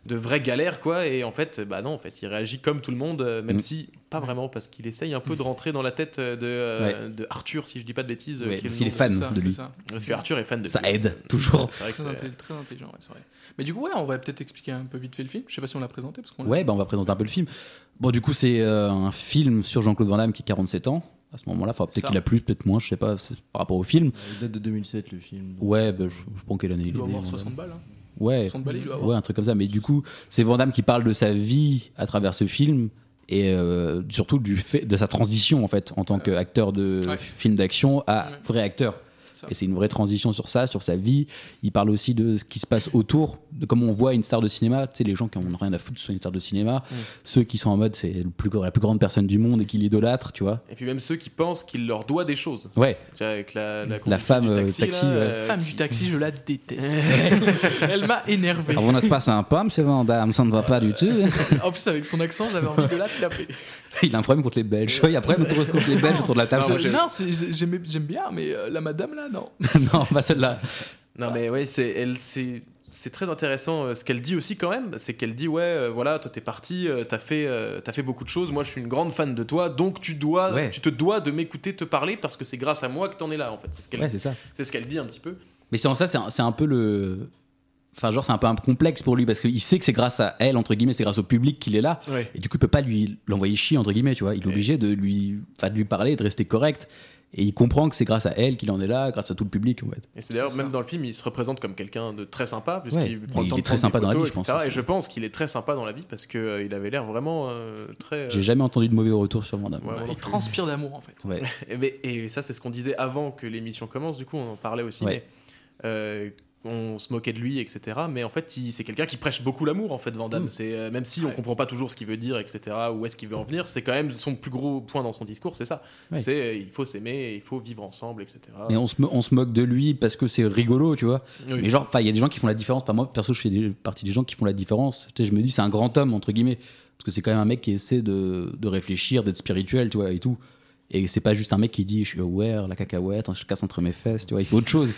S7: de vraies galères, quoi. Et en fait, bah non, en fait, il réagit comme tout le monde, euh,
S6: Mm.
S7: même si pas vraiment, parce qu'il essaye un peu de rentrer dans la tête euh, de, euh, de Arthur, si je dis pas de bêtises. euh,
S6: Ouais,
S7: qui est le
S6: parce qu'il
S7: nom
S6: est fan
S7: de-
S9: C'est ça,
S6: de lui.
S9: c'est ça.
S7: Parce que Arthur est fan de
S6: Ça
S7: lui.
S6: aide, toujours.
S7: C'est vrai que
S9: Très,
S7: c'est-
S9: intelli- très intelligent, ouais, c'est vrai. Mais du coup, ouais, on va peut-être expliquer un peu vite fait le film. Je sais pas si on l'a présenté. Parce qu'on l'a-
S6: Ouais, bah on va présenter un peu le film. Bon, du coup, c'est euh, un film sur Jean-Claude Van Damme qui a 47 ans. À ce moment-là, enfin, peut-être
S9: Ça.
S6: qu'il a plus, peut-être moins, je sais pas, c'est par rapport au film.
S8: Il date de 2007 le film. donc.
S6: Ouais, bah, je, je pense quelle année
S9: Il
S6: il est
S9: doit
S6: né,
S9: avoir
S6: Van Damme.
S9: 60 balles. hein.
S6: Ouais,
S9: 60 balles, il doit avoir.
S6: ouais, un truc comme ça. Mais du coup, c'est Van Damme qui parle de sa vie à travers ce film et euh, surtout du fait de sa transition en fait en tant qu'acteur de
S9: Ouais.
S6: film d'action à
S9: Ouais.
S6: vrai acteur.
S9: Ça.
S6: Et c'est une vraie transition sur ça, sur sa vie. Il parle aussi de ce qui se passe autour, de comment on voit une star de cinéma. Tu sais, les gens qui n'ont rien à foutre sur une star de cinéma, ceux qui sont en mode c'est le plus, la plus grande personne du monde et qui l'idolâtre, tu vois.
S7: Et puis même ceux qui pensent qu'il leur doit des choses.
S6: Ouais,
S7: Tu vois, avec la, la,
S6: La femme,
S7: conductrice
S6: euh, taxi,
S7: là,
S6: ouais.
S7: euh,
S9: Femme du taxi, je la
S7: *laughs*
S9: déteste. *laughs* Elle m'a énervé.
S6: alors vous n'êtes pas sympa, monsieur Van Damme, ça ne va pas du
S9: *laughs*
S6: tout.
S9: En plus, avec son accent, j'avais envie de la
S7: *laughs*
S9: taper.
S6: Il a un problème contre les Belges. Il a un problème contre les Belges autour de la
S7: Ah,
S6: table.
S9: Euh, non, c'est- j'ai- j'aimais- j'aime bien, mais euh, la madame là, non.
S6: *laughs* non, pas celle-là.
S7: Non mais ouais, c'est elle c'est c'est très intéressant euh, ce qu'elle dit aussi quand même, c'est qu'elle dit ouais euh, voilà, toi t'es parti, euh, t'as fait euh, t'as fait beaucoup de choses, moi je suis une grande fan de toi, donc tu dois
S6: Ouais.
S7: tu te dois de m'écouter te parler parce que c'est grâce à moi que t'en es là en fait. C'est ce qu'elle
S6: Ouais, c'est ça.
S7: c'est ce qu'elle dit un petit peu.
S6: Mais c'est en ça, c'est un, c'est un peu le. Enfin, genre, c'est un peu un complexe pour lui parce qu'il sait que c'est grâce à elle, entre guillemets, c'est grâce au public qu'il est là.
S7: Ouais.
S6: Et du coup, il peut pas lui l'envoyer chier, entre guillemets, tu vois. Il est obligé de lui, enfin, de lui parler, de rester correct. Et il comprend que c'est grâce à elle qu'il en est là, grâce à tout le public, en fait.
S7: Et c'est d'ailleurs
S9: ça.
S7: même dans le film, il se représente comme quelqu'un de très sympa
S6: Ouais.
S7: puisqu'il prend
S6: Il
S7: le temps
S6: est
S7: de
S6: très
S7: prendre
S6: sympa
S7: des
S6: dans la
S7: photos,
S6: vie, je pense
S7: etc. Et
S6: aussi.
S7: je pense qu'il est très sympa dans la vie parce que euh, il avait l'air vraiment euh, très euh,
S6: J'ai jamais entendu de mauvais retour sur Van Damme.
S7: Ouais,
S9: Il transpire d'amour en fait.
S6: Ouais.
S7: Et, ben- et ça, c'est ce qu'on disait avant que l'émission commence, du coup, on en parlait aussi.
S6: Ouais.
S7: mais, euh, on se moquait de lui, etc. Mais en fait, il- c'est quelqu'un qui prêche beaucoup l'amour, en fait, Van
S6: Mm.
S7: Damme. C'est, euh, même si on comprend pas toujours ce qu'il veut dire, etc., où est-ce qu'il veut en venir, c'est quand même son plus gros point dans son discours, c'est ça.
S6: Ouais.
S7: C'est euh, il faut s'aimer, il faut vivre ensemble, etc.
S6: Mais on se, mo- on se moque de lui parce que c'est rigolo, tu vois.
S7: Oui.
S6: Mais genre, enfin, il y a des gens qui font la différence. Pas moi, perso, je fais des- partie des gens qui font la différence. Tu sais, je me dis, c'est un grand homme, entre guillemets. Parce que c'est quand même un mec qui essaie de, de réfléchir, d'être spirituel, tu vois, et tout. Et c'est pas juste un mec qui dit, je suis aware, la cacahuète, hein, je casse entre mes fesses, tu vois. Il fait autre chose.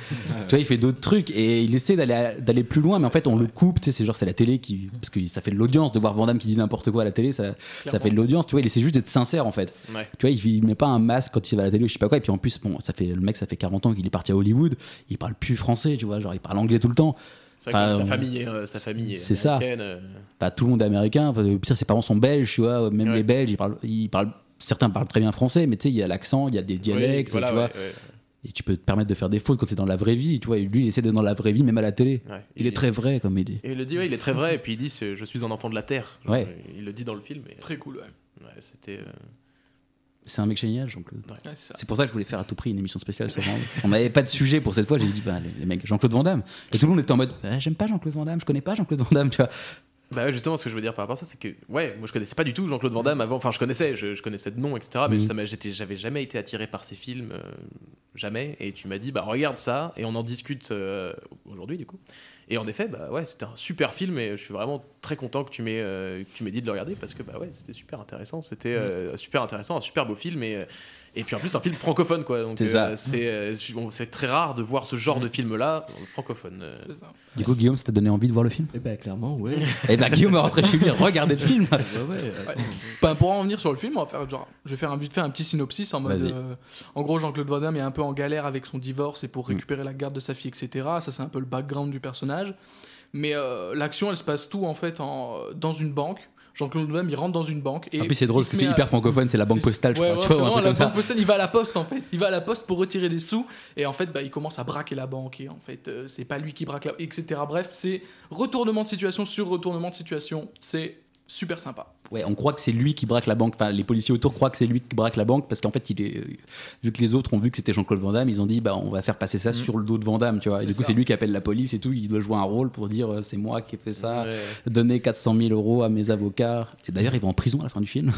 S6: tu vois, il fait d'autres trucs. Et il essaie d'aller à- d'aller plus loin. Mais en fait, on le coupe, tu sais, c'est genre, c'est la télé qui. Parce que ça fait de l'audience de voir Van Damme qui dit n'importe quoi à la télé, ça, ça fait de l'audience, tu vois. Il essaie juste d'être sincère, en fait.
S7: Ouais.
S6: Tu vois, il, il met pas un masque quand il va à la télé, je sais pas quoi. Et puis en plus, bon, ça fait, le mec, ça fait 40 ans qu'il est parti à Hollywood. Il parle plus français, tu vois. Genre, il parle anglais tout le temps.
S7: C'est vrai que
S6: Enfin,
S7: sa
S6: on-
S7: famille, est, euh, sa famille est
S6: c'est ça.
S7: américaine, euh,
S6: Pas tout le monde est américain. Enfin, au pire, ses parents sont belges, tu vois. Même
S7: Ouais.
S6: les Belges, ils parlent, ils parlent- certains parlent très bien français, mais tu sais, il y a l'accent, il y a des dialectes,
S7: oui, voilà,
S6: tu vois.
S7: ouais, ouais,
S6: Et tu peux te permettre de faire des fautes quand t'es dans la vraie vie, tu vois. Et lui, il essaie d'être dans la vraie vie, même à la télé.
S7: ouais.
S6: Il est très vrai, comme il dit.
S7: Et il le dit, ouais, il est très vrai. Et puis il dit, c'est- je suis un enfant de la terre. Genre,
S6: Ouais.
S7: euh, Il le dit dans le film. et,
S9: Très cool, ouais.
S7: ouais, c'était. euh,
S6: C'est un mec génial, Jean-Claude.
S9: Ouais, c'est ça.
S6: C'est pour ça que je voulais faire à tout prix une émission spéciale sur Van Damme. On n'avait pas de sujet pour cette fois. J'ai dit, bah, les, les mecs, Jean-Claude Van Damme. Et tout le monde était en mode, Ah, j'aime pas Jean-Claude Van Damme, je connais pas Jean-Claude Van Damme, tu vois.
S7: Bah ouais, justement, ce que je veux dire par rapport à ça, c'est que ouais, moi je connaissais pas du tout Jean-Claude Van Damme avant. Enfin, je connaissais, je, je connaissais de nom, etc. Mais
S6: Mhm.
S7: ça m'a- j'étais- j'avais jamais été attiré par ces films, euh, jamais. Et tu m'as dit, bah regarde ça, et on en discute euh, aujourd'hui du coup. Et en effet, bah ouais, c'était un super film, et je suis vraiment très content que tu m'aies euh, que tu m'aies dit de le regarder parce que bah ouais, c'était super intéressant, c'était
S6: Mm.
S7: euh, super intéressant, un super beau film et euh, et puis en plus un film francophone quoi. Donc
S6: C'est ça. Mm.
S7: euh, c'est euh, je- bon, c'est très rare de voir ce genre de film là francophone. euh.
S9: C'est ça.
S6: Du coup, Guillaume, ça t'a donné envie de voir le film
S8: Eh ben clairement, ouais.
S6: Eh ben, Guillaume est rentré chez lui, regardez *laughs* le film.
S8: ouais, ouais. attends.
S9: Ben, pour en venir sur le film, on va faire genre, je vais faire un, vite fait un petit synopsis en mode.
S6: Vas-y.
S9: euh, en gros, Jean-Claude Van Damme est un peu en galère avec son divorce et pour
S6: Mm.
S9: récupérer la garde de sa fille, etc. Ça, c'est un peu le background du personnage. Mais euh, l'action, elle se passe tout en fait en, dans une banque. Jean-Claude Van Damme, il rentre dans une banque. Et
S6: En plus, c'est drôle
S9: il
S6: parce que
S9: se
S6: c'est
S9: met à-
S6: hyper francophone, c'est la banque
S9: euh, C'est-
S6: postale, je
S9: ouais,
S6: crois.
S9: ouais,
S6: tu vois,
S9: c'est
S6: ou un
S9: vraiment
S6: truc
S9: la
S6: comme ça.
S9: banque postale, il va à la poste en fait. Il va à la poste pour retirer des sous et en fait bah, il commence à braquer la banque et en fait euh, c'est pas lui qui braque la etc. Bref, c'est retournement de situation sur retournement de situation. C'est super sympa.
S6: Ouais, on croit que c'est lui qui braque la banque. Enfin, les policiers autour croient que c'est lui qui braque la banque parce qu'en fait, il est euh, vu que les autres ont vu que c'était Jean-Claude Van Damme, ils ont dit bah on va faire passer ça sur le dos de Van Damme, tu vois.
S9: Mm. C'est
S6: Et du coup,
S9: ça.
S6: c'est lui qui appelle la police et tout. Il doit jouer un rôle pour dire euh, c'est moi qui ai fait ça,
S7: Ouais.
S6: donner 400 000 euros à mes avocats. Et d'ailleurs, il va en prison à la fin du film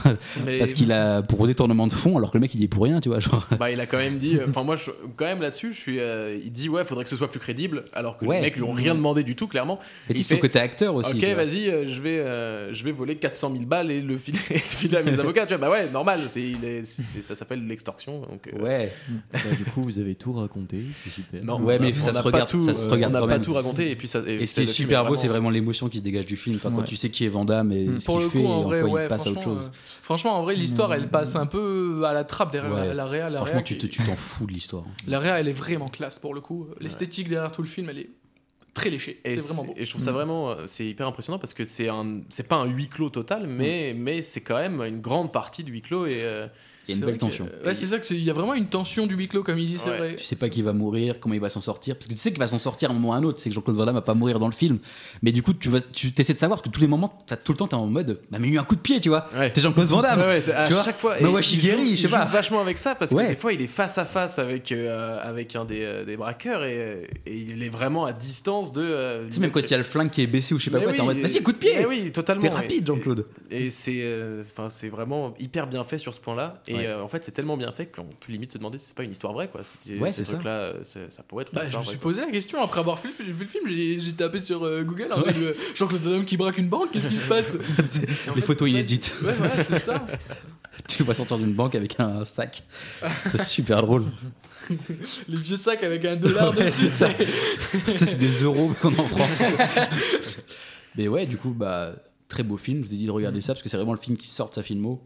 S6: *laughs*
S7: Mais-
S6: parce qu'il a pour détournement de fonds alors que le mec il y est pour rien, tu vois. Genre.
S7: Bah, il a quand même dit. Enfin, moi, je, quand même là-dessus, je suis. euh, il dit ouais, faudrait que ce soit plus crédible, alors que
S6: Ouais.
S7: les mecs lui ont rien demandé du tout, clairement.
S6: Et
S7: il
S6: son
S7: fait,
S6: côté acteur aussi.
S7: Ok,
S6: tu vois.
S7: vas-y, euh, je vais, euh, je vais voler 400 000 balles mal *laughs* et le filer, le filer à mes avocats. Tu vois, bah ouais, normal, c'est, il est- c'est- ça s'appelle l'extorsion. Donc, euh,
S6: Ouais.
S8: Bah, du coup, vous avez tout raconté, c'est super.
S7: Non,
S6: Ouais,
S7: on
S6: mais
S7: a-
S6: ça
S7: on
S6: se
S7: a pas
S6: regarde-
S7: tout,
S6: ça se
S7: euh,
S6: regarde
S7: On
S6: quand
S7: n'a pas
S6: même.
S7: tout raconté et puis ça.
S6: Et ce qui est
S7: là-dessus,
S6: super
S7: mais
S6: beau, c'est vraiment l'émotion qui se dégage du film. Enfin, Quand
S10: Ouais.
S6: tu sais qui est Vanda, mais
S10: Mm.
S6: ce
S9: Pour
S6: qu'il
S9: le
S6: fait
S9: coup, en
S6: et en
S9: vrai,
S6: quoi il
S9: ouais,
S6: passe à
S9: franchement,
S6: autre chose. Mm.
S9: euh, franchement, en vrai, l'histoire, elle passe un peu à la trappe derrière
S6: Ouais.
S9: la, la réa. La
S6: franchement,
S9: réa,
S6: tu te-
S9: qui-
S6: tu t'en fous de l'histoire. hein.
S9: la réa, elle est vraiment classe pour le coup. L'esthétique derrière tout le film, elle est très léchée.
S7: Et
S9: C'est vraiment beau.
S7: Et je trouve ça
S6: Mmh.
S7: vraiment, euh, c'est hyper impressionnant parce que c'est un, c'est pas un huis clos total, mais mais c'est quand même une grande partie du huis clos et. euh,
S6: Mmh. Il y a une
S9: C'est vrai
S6: belle
S9: que-
S6: tension.
S9: Ouais, c'est ça que c'est- Il y a vraiment une tension du huis clos, comme il dit, c'est
S7: Ouais.
S9: vrai.
S6: Tu sais pas qui va mourir, comment il va s'en sortir. Parce que tu sais qu'il va s'en sortir à un moment ou à un autre. C'est que Jean-Claude Van Damme va pas mourir dans le film. Mais du coup, tu vas, tu essaies de savoir parce que tous les moments, t'as- tout le temps, t'es en mode, bah, mais lui, un coup de pied, tu vois.
S7: Ouais.
S6: T'es Jean-Claude Van Damme.
S7: Ouais, ouais, c'est à
S6: tu vois
S7: chaque fois. et
S6: Mawashigeri,
S7: il joue-
S6: je sais
S7: il
S6: pas.
S7: joue vachement avec ça parce
S6: Ouais.
S7: que des fois il est face à face avec euh, avec un des, euh, des braqueurs et, et il est vraiment à distance de. euh,
S6: Tu sais, même quand il y a le flingue qui est baissé ou je sais pas
S7: Mais
S6: quoi, t'es en
S7: oui,
S6: mode, vas-y, coup de
S7: mais
S6: pied.
S7: oui, totalement.
S6: T'es
S7: et-
S6: rapide, Jean-Claude.
S7: Et, et c'est, euh, enfin, c'est vraiment hyper bien fait sur ce point-là. Et
S6: Ouais.
S7: euh, en fait, c'est tellement bien fait qu'on peut limite se demander si c'est pas une histoire vraie, quoi. Si
S6: Ouais,
S7: ce
S6: c'est ça.
S7: truc-là, euh, c'est- ça pourrait être une
S9: Bah, je
S7: histoire
S9: me suis
S7: vraie, quoi.
S9: posé la question après avoir vu, le- vu le film. J'ai j'ai tapé sur euh, Google en mode, euh, Jean-Claude Van Damme qui braque une banque, qu'est-ce qui se passe
S6: *laughs* Les photos inédites.
S9: Ouais, voilà, c'est ça.
S6: tu le vois sortir d'une banque avec un sac. C'est super drôle.
S9: Les vieux sacs avec un dollar
S6: Ouais,
S9: dessus.
S6: c'est ça.
S9: tu sais.
S6: *laughs* Ça, c'est des euros qu'on en France. Mais ouais, du coup, bah, très beau film. Je vous ai dit de regarder
S9: Mm.
S6: ça parce que c'est vraiment le film qui sort de sa filmo.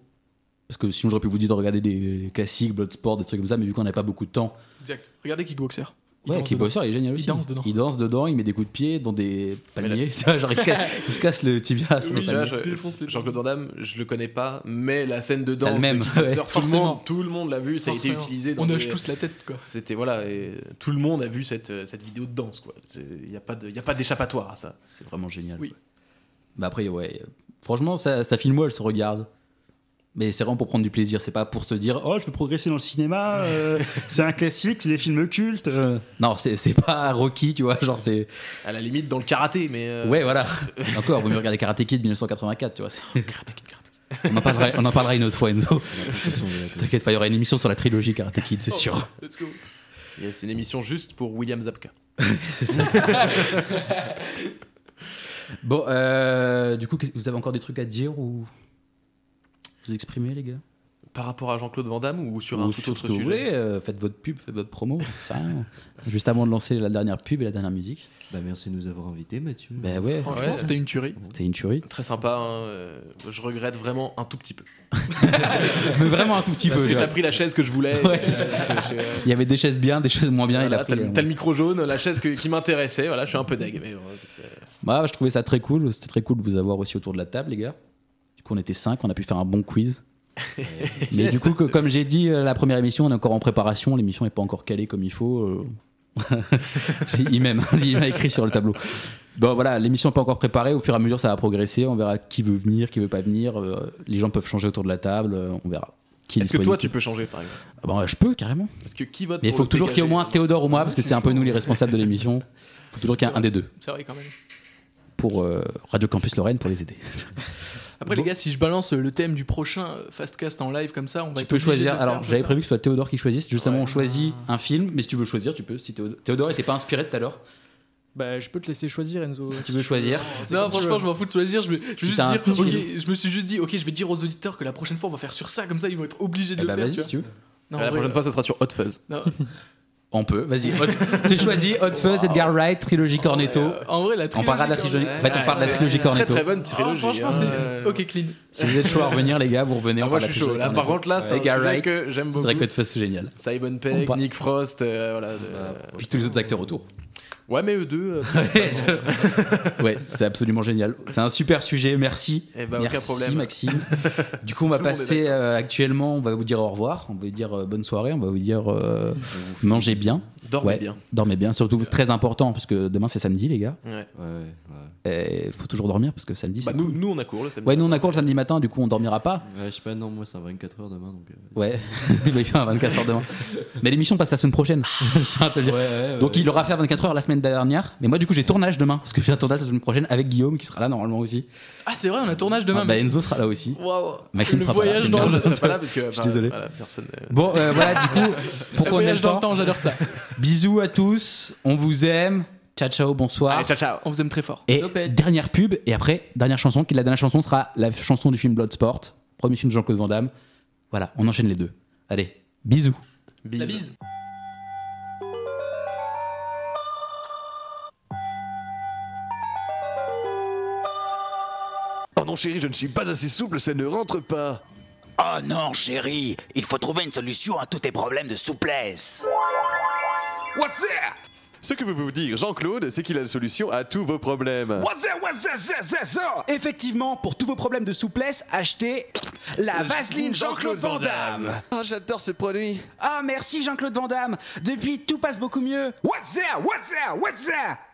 S6: Parce que sinon, j'aurais pu vous dire de regarder des classiques, Bloodsport, des trucs comme ça, mais vu qu'on n'a pas beaucoup de temps.
S9: Exact. Regardez Kickboxer. Il
S6: Ouais,
S9: danse
S6: Kickboxer, il est génial
S9: Il
S6: aussi.
S9: danse dedans.
S6: Il danse dedans, il met des coups de pied dans des palmiers. *laughs* Tu vois, genre, il, ca- il se casse le tibia sur le
S7: Oui,
S6: palmier.
S7: déjà, je-
S9: Défonce les
S7: Jean-Claude Van Damme, je le connais pas, mais la scène de
S6: T'as
S7: danse,
S6: le même,
S7: de Kickboxer,
S6: ouais.
S7: tout, le
S9: Forcément.
S7: monde, tout le monde l'a vu, ça a été
S9: Forcément.
S7: utilisé. Dans
S9: On
S7: des-
S9: hoche tous la tête, quoi.
S7: C'était voilà, et tout le monde a vu cette, euh, cette vidéo de danse quoi. Il y a pas de, y a pas d'échappatoire à ça.
S6: C'est vraiment génial.
S9: Oui.
S6: quoi. Bah après, ouais. euh, Franchement, ça, ça filme, elle se regarde. Mais c'est vraiment pour prendre du plaisir. C'est pas pour se dire, oh, je veux progresser dans le cinéma. euh, c'est un classique, c'est des films cultes. euh. Non, c'est c'est pas Rocky, tu vois. Genre, c'est.
S7: À la limite dans le karaté, mais euh,
S6: Ouais, voilà. Encore, vous me regardez Karate Kid 1984, tu vois. c'est- On en, parlera, on en parlera une autre fois, Enzo. T'inquiète pas, il y aura une émission sur la trilogie Karate Kid, c'est sûr.
S9: Let's go.
S7: et c'est une émission juste pour William Zabka.
S6: C'est ça. *laughs* bon, euh, du coup, qu'est-ce- vous avez encore des trucs à dire ou vous exprimer, les gars
S7: Par rapport à Jean-Claude Van Damme ou sur
S6: Ou
S7: un tout
S6: ce
S7: autre
S6: que vous
S7: sujet.
S6: voulez, euh, faites votre pub, faites votre promo. Ça, *laughs* juste avant de lancer la dernière pub et la dernière musique.
S8: Bah, merci de nous avoir invités, Mathieu.
S6: Ben ouais,
S9: Franchement,
S7: Ouais.
S9: c'était une tuerie.
S6: c'était une tuerie.
S7: Très sympa, hein, euh, je regrette vraiment un tout petit peu.
S6: Mais vraiment un tout petit
S7: Parce
S6: peu.
S7: que
S6: tu vois.
S7: t'as pris la chaise que je voulais.
S6: *laughs* Ouais, c'est ça.
S7: J'ai, euh,
S6: Il y avait des chaises bien, des chaises moins bien. il
S7: voilà,
S6: a pris euh,
S7: t'as, le-
S6: les-
S7: t'as le micro jaune, la chaise que- qui m'intéressait, voilà, je suis un peu deg. Mais, bon, écoute, euh, c'est-
S6: Bah, je trouvais ça très cool. C'était très cool de vous avoir aussi autour de la table, les gars. Du coup, on était cinq, on a pu faire un bon
S7: *laughs*
S6: quiz. Mais
S7: Yes,
S6: du coup, que-
S7: c'est-
S6: comme j'ai dit, euh, la première émission, on est encore en préparation. L'émission n'est pas encore calée comme il faut. euh. *laughs* il m'aime, hein. il m'a écrit sur le tableau. Bon, voilà, l'émission n'est pas encore préparée. Au fur et à mesure, ça va progresser. On verra qui veut venir, qui veut pas venir. Euh, les gens peuvent changer autour de la table. Euh, on verra. Qui est
S7: Est-ce que toi
S6: disponible.
S7: tu peux changer par exemple
S6: Ah bah, je peux carrément.
S7: Parce que qui vote
S6: Mais il
S7: pour
S6: faut
S7: le
S6: toujours qu'il y ait au
S7: PKG?
S6: moins Théodore ou moi, parce que c'est un peu nous les responsables de l'émission. Il faut toujours qu'il y ait un des deux
S9: C'est vrai, quand même.
S6: pour euh, Radio Campus Lorraine pour les aider.
S9: Après, les gars, si je balance euh, le thème du prochain euh, Fastcast en live comme ça, on va
S6: Tu
S9: être
S6: peux
S9: obligé de
S6: choisir.
S9: le
S6: Alors,
S9: faire,
S6: j'avais
S9: comme ça.
S6: prévu que ce soit Théodore qui choisisse. Justement, on choisit un film, mais si tu veux choisir, tu peux. Si Théodore, Théodore était pas inspiré tout à l'heure,
S10: Bah, je peux te laisser choisir, *laughs* Enzo.
S6: si tu veux choisir.
S9: Non, franchement, je m'en fous de choisir. Je, vais- je vais
S6: Si
S9: juste
S6: t'as un
S9: dire,
S6: petit
S9: ok, je me suis juste dit, ok, je vais dire aux auditeurs que la prochaine fois, on va faire sur ça, comme ça, ils vont être obligés de le
S6: Eh bah,
S9: faire.
S6: vas-y,
S9: tu
S6: si tu veux.
S9: vois. Non,
S7: La
S9: en vrai,
S7: prochaine fois, ce sera sur Hot Fuzz.
S9: non.
S6: On peut,
S7: *laughs*
S6: vas-y. Hot- C'est choisi Hot Fuzz, Edgar Wright,
S7: Oh,
S6: trilogie Cornetto.
S9: Euh, en vrai, la
S6: on parlera de la
S9: trilogie-
S6: trilogie, Bah, en fait, on parle de la trilogie
S7: Très
S6: Cornetto.
S7: très bonne
S9: Ah,
S7: trilogie.
S9: franchement,
S7: hein.
S9: c'est. Ok, clean.
S6: Si vous êtes chaud à revenir, les gars, vous revenez.
S7: Ah,
S6: on
S7: moi,
S6: parle de
S7: je suis
S6: la
S7: chaud.
S6: trilogie
S7: Là, par
S6: Cornetto.
S7: contre, là, c'est un
S6: Edgar
S7: sujet
S6: Wright.
S7: que j'aime
S6: C'est
S7: beaucoup.
S6: vrai que Hot Fuzz, c'est génial.
S7: Simon
S6: On
S7: Pegg,
S6: parle-
S7: Nick Frost, euh, voilà. de-
S6: Puis tous les autres acteurs
S7: *laughs*
S6: autour.
S7: Ouais, mais
S6: *laughs*
S7: eux deux. euh,
S6: ouais, c'est absolument génial. C'est un super sujet, merci.
S7: Eh ben, aucun
S6: merci
S7: problème.
S6: Maxime. Du coup, on va
S7: *laughs* Tout le monde est
S6: passer euh, actuellement, on va vous dire au revoir, on va vous dire euh, bonne soirée, on va vous dire euh, mangez bien.
S7: Dormez
S6: Ouais,
S7: bien.
S6: Dormez bien, surtout très important parce que demain c'est samedi les gars.
S8: Ouais,
S6: *laughs*
S8: ouais, ouais.
S6: Il faut toujours dormir parce que samedi c'est...
S7: Bah, nous, nous, on a cours le samedi.
S6: ouais, nous on a cours le samedi matin, du coup on dormira pas.
S8: Ouais, je sais pas, non, moi c'est à 24h demain donc.
S6: *laughs*
S8: euh,
S6: Ouais, il va y faire un 24 heures demain. Mais l'émission passe la semaine prochaine. *laughs* Je tiens à te le dire. Donc il aura fait à 24 heures la semaine dernière. Mais moi du coup j'ai tournage demain parce que j'ai un tournage la semaine prochaine avec Guillaume qui sera là normalement aussi.
S9: Ah, c'est vrai, on a tournage demain.
S6: Ah, bah,
S9: mais-
S6: Enzo sera là aussi.
S9: Waouh.
S6: Maxime
S9: Le
S6: sera pas là.
S9: voyage
S6: Non,
S9: dans
S7: Non,
S9: le
S7: je
S9: temps.
S6: *laughs*
S7: serai pas là parce que. Je
S6: désolé.
S7: personne. euh,
S6: Bon,
S9: *laughs*
S6: euh, voilà, du coup, pour
S9: Le
S6: qu'on ait le
S9: voyage dans le
S6: temps,
S9: temps, j'adore ça.
S6: bisous à tous, on vous aime,
S12: Ciao, ciao, bonsoir.
S9: Allez, ciao, ciao. On vous aime très fort.
S12: Et dernière pub, et après, dernière chanson, qui la dernière chanson sera la chanson du film Bloodsport, premier film de Jean-Claude Van Damme. Voilà, on enchaîne les deux. Allez, bisous.
S9: La bise.
S4: Oh non chérie, je ne suis pas assez souple, ça ne rentre pas.
S6: Oh non, chérie, il faut trouver une solution à tous tes problèmes de souplesse.
S4: What's that Ce que veut vous dire Jean-Claude, c'est qu'il a la solution à tous vos problèmes.
S6: Effectivement, pour tous vos problèmes de souplesse, achetez la Vaseline Jean-Claude Van Damme.
S4: Oh, j'adore ce produit.
S6: Ah, merci Jean-Claude Van Damme. Depuis, tout passe beaucoup mieux. What's that? What's that? What's that?
S11: Oh.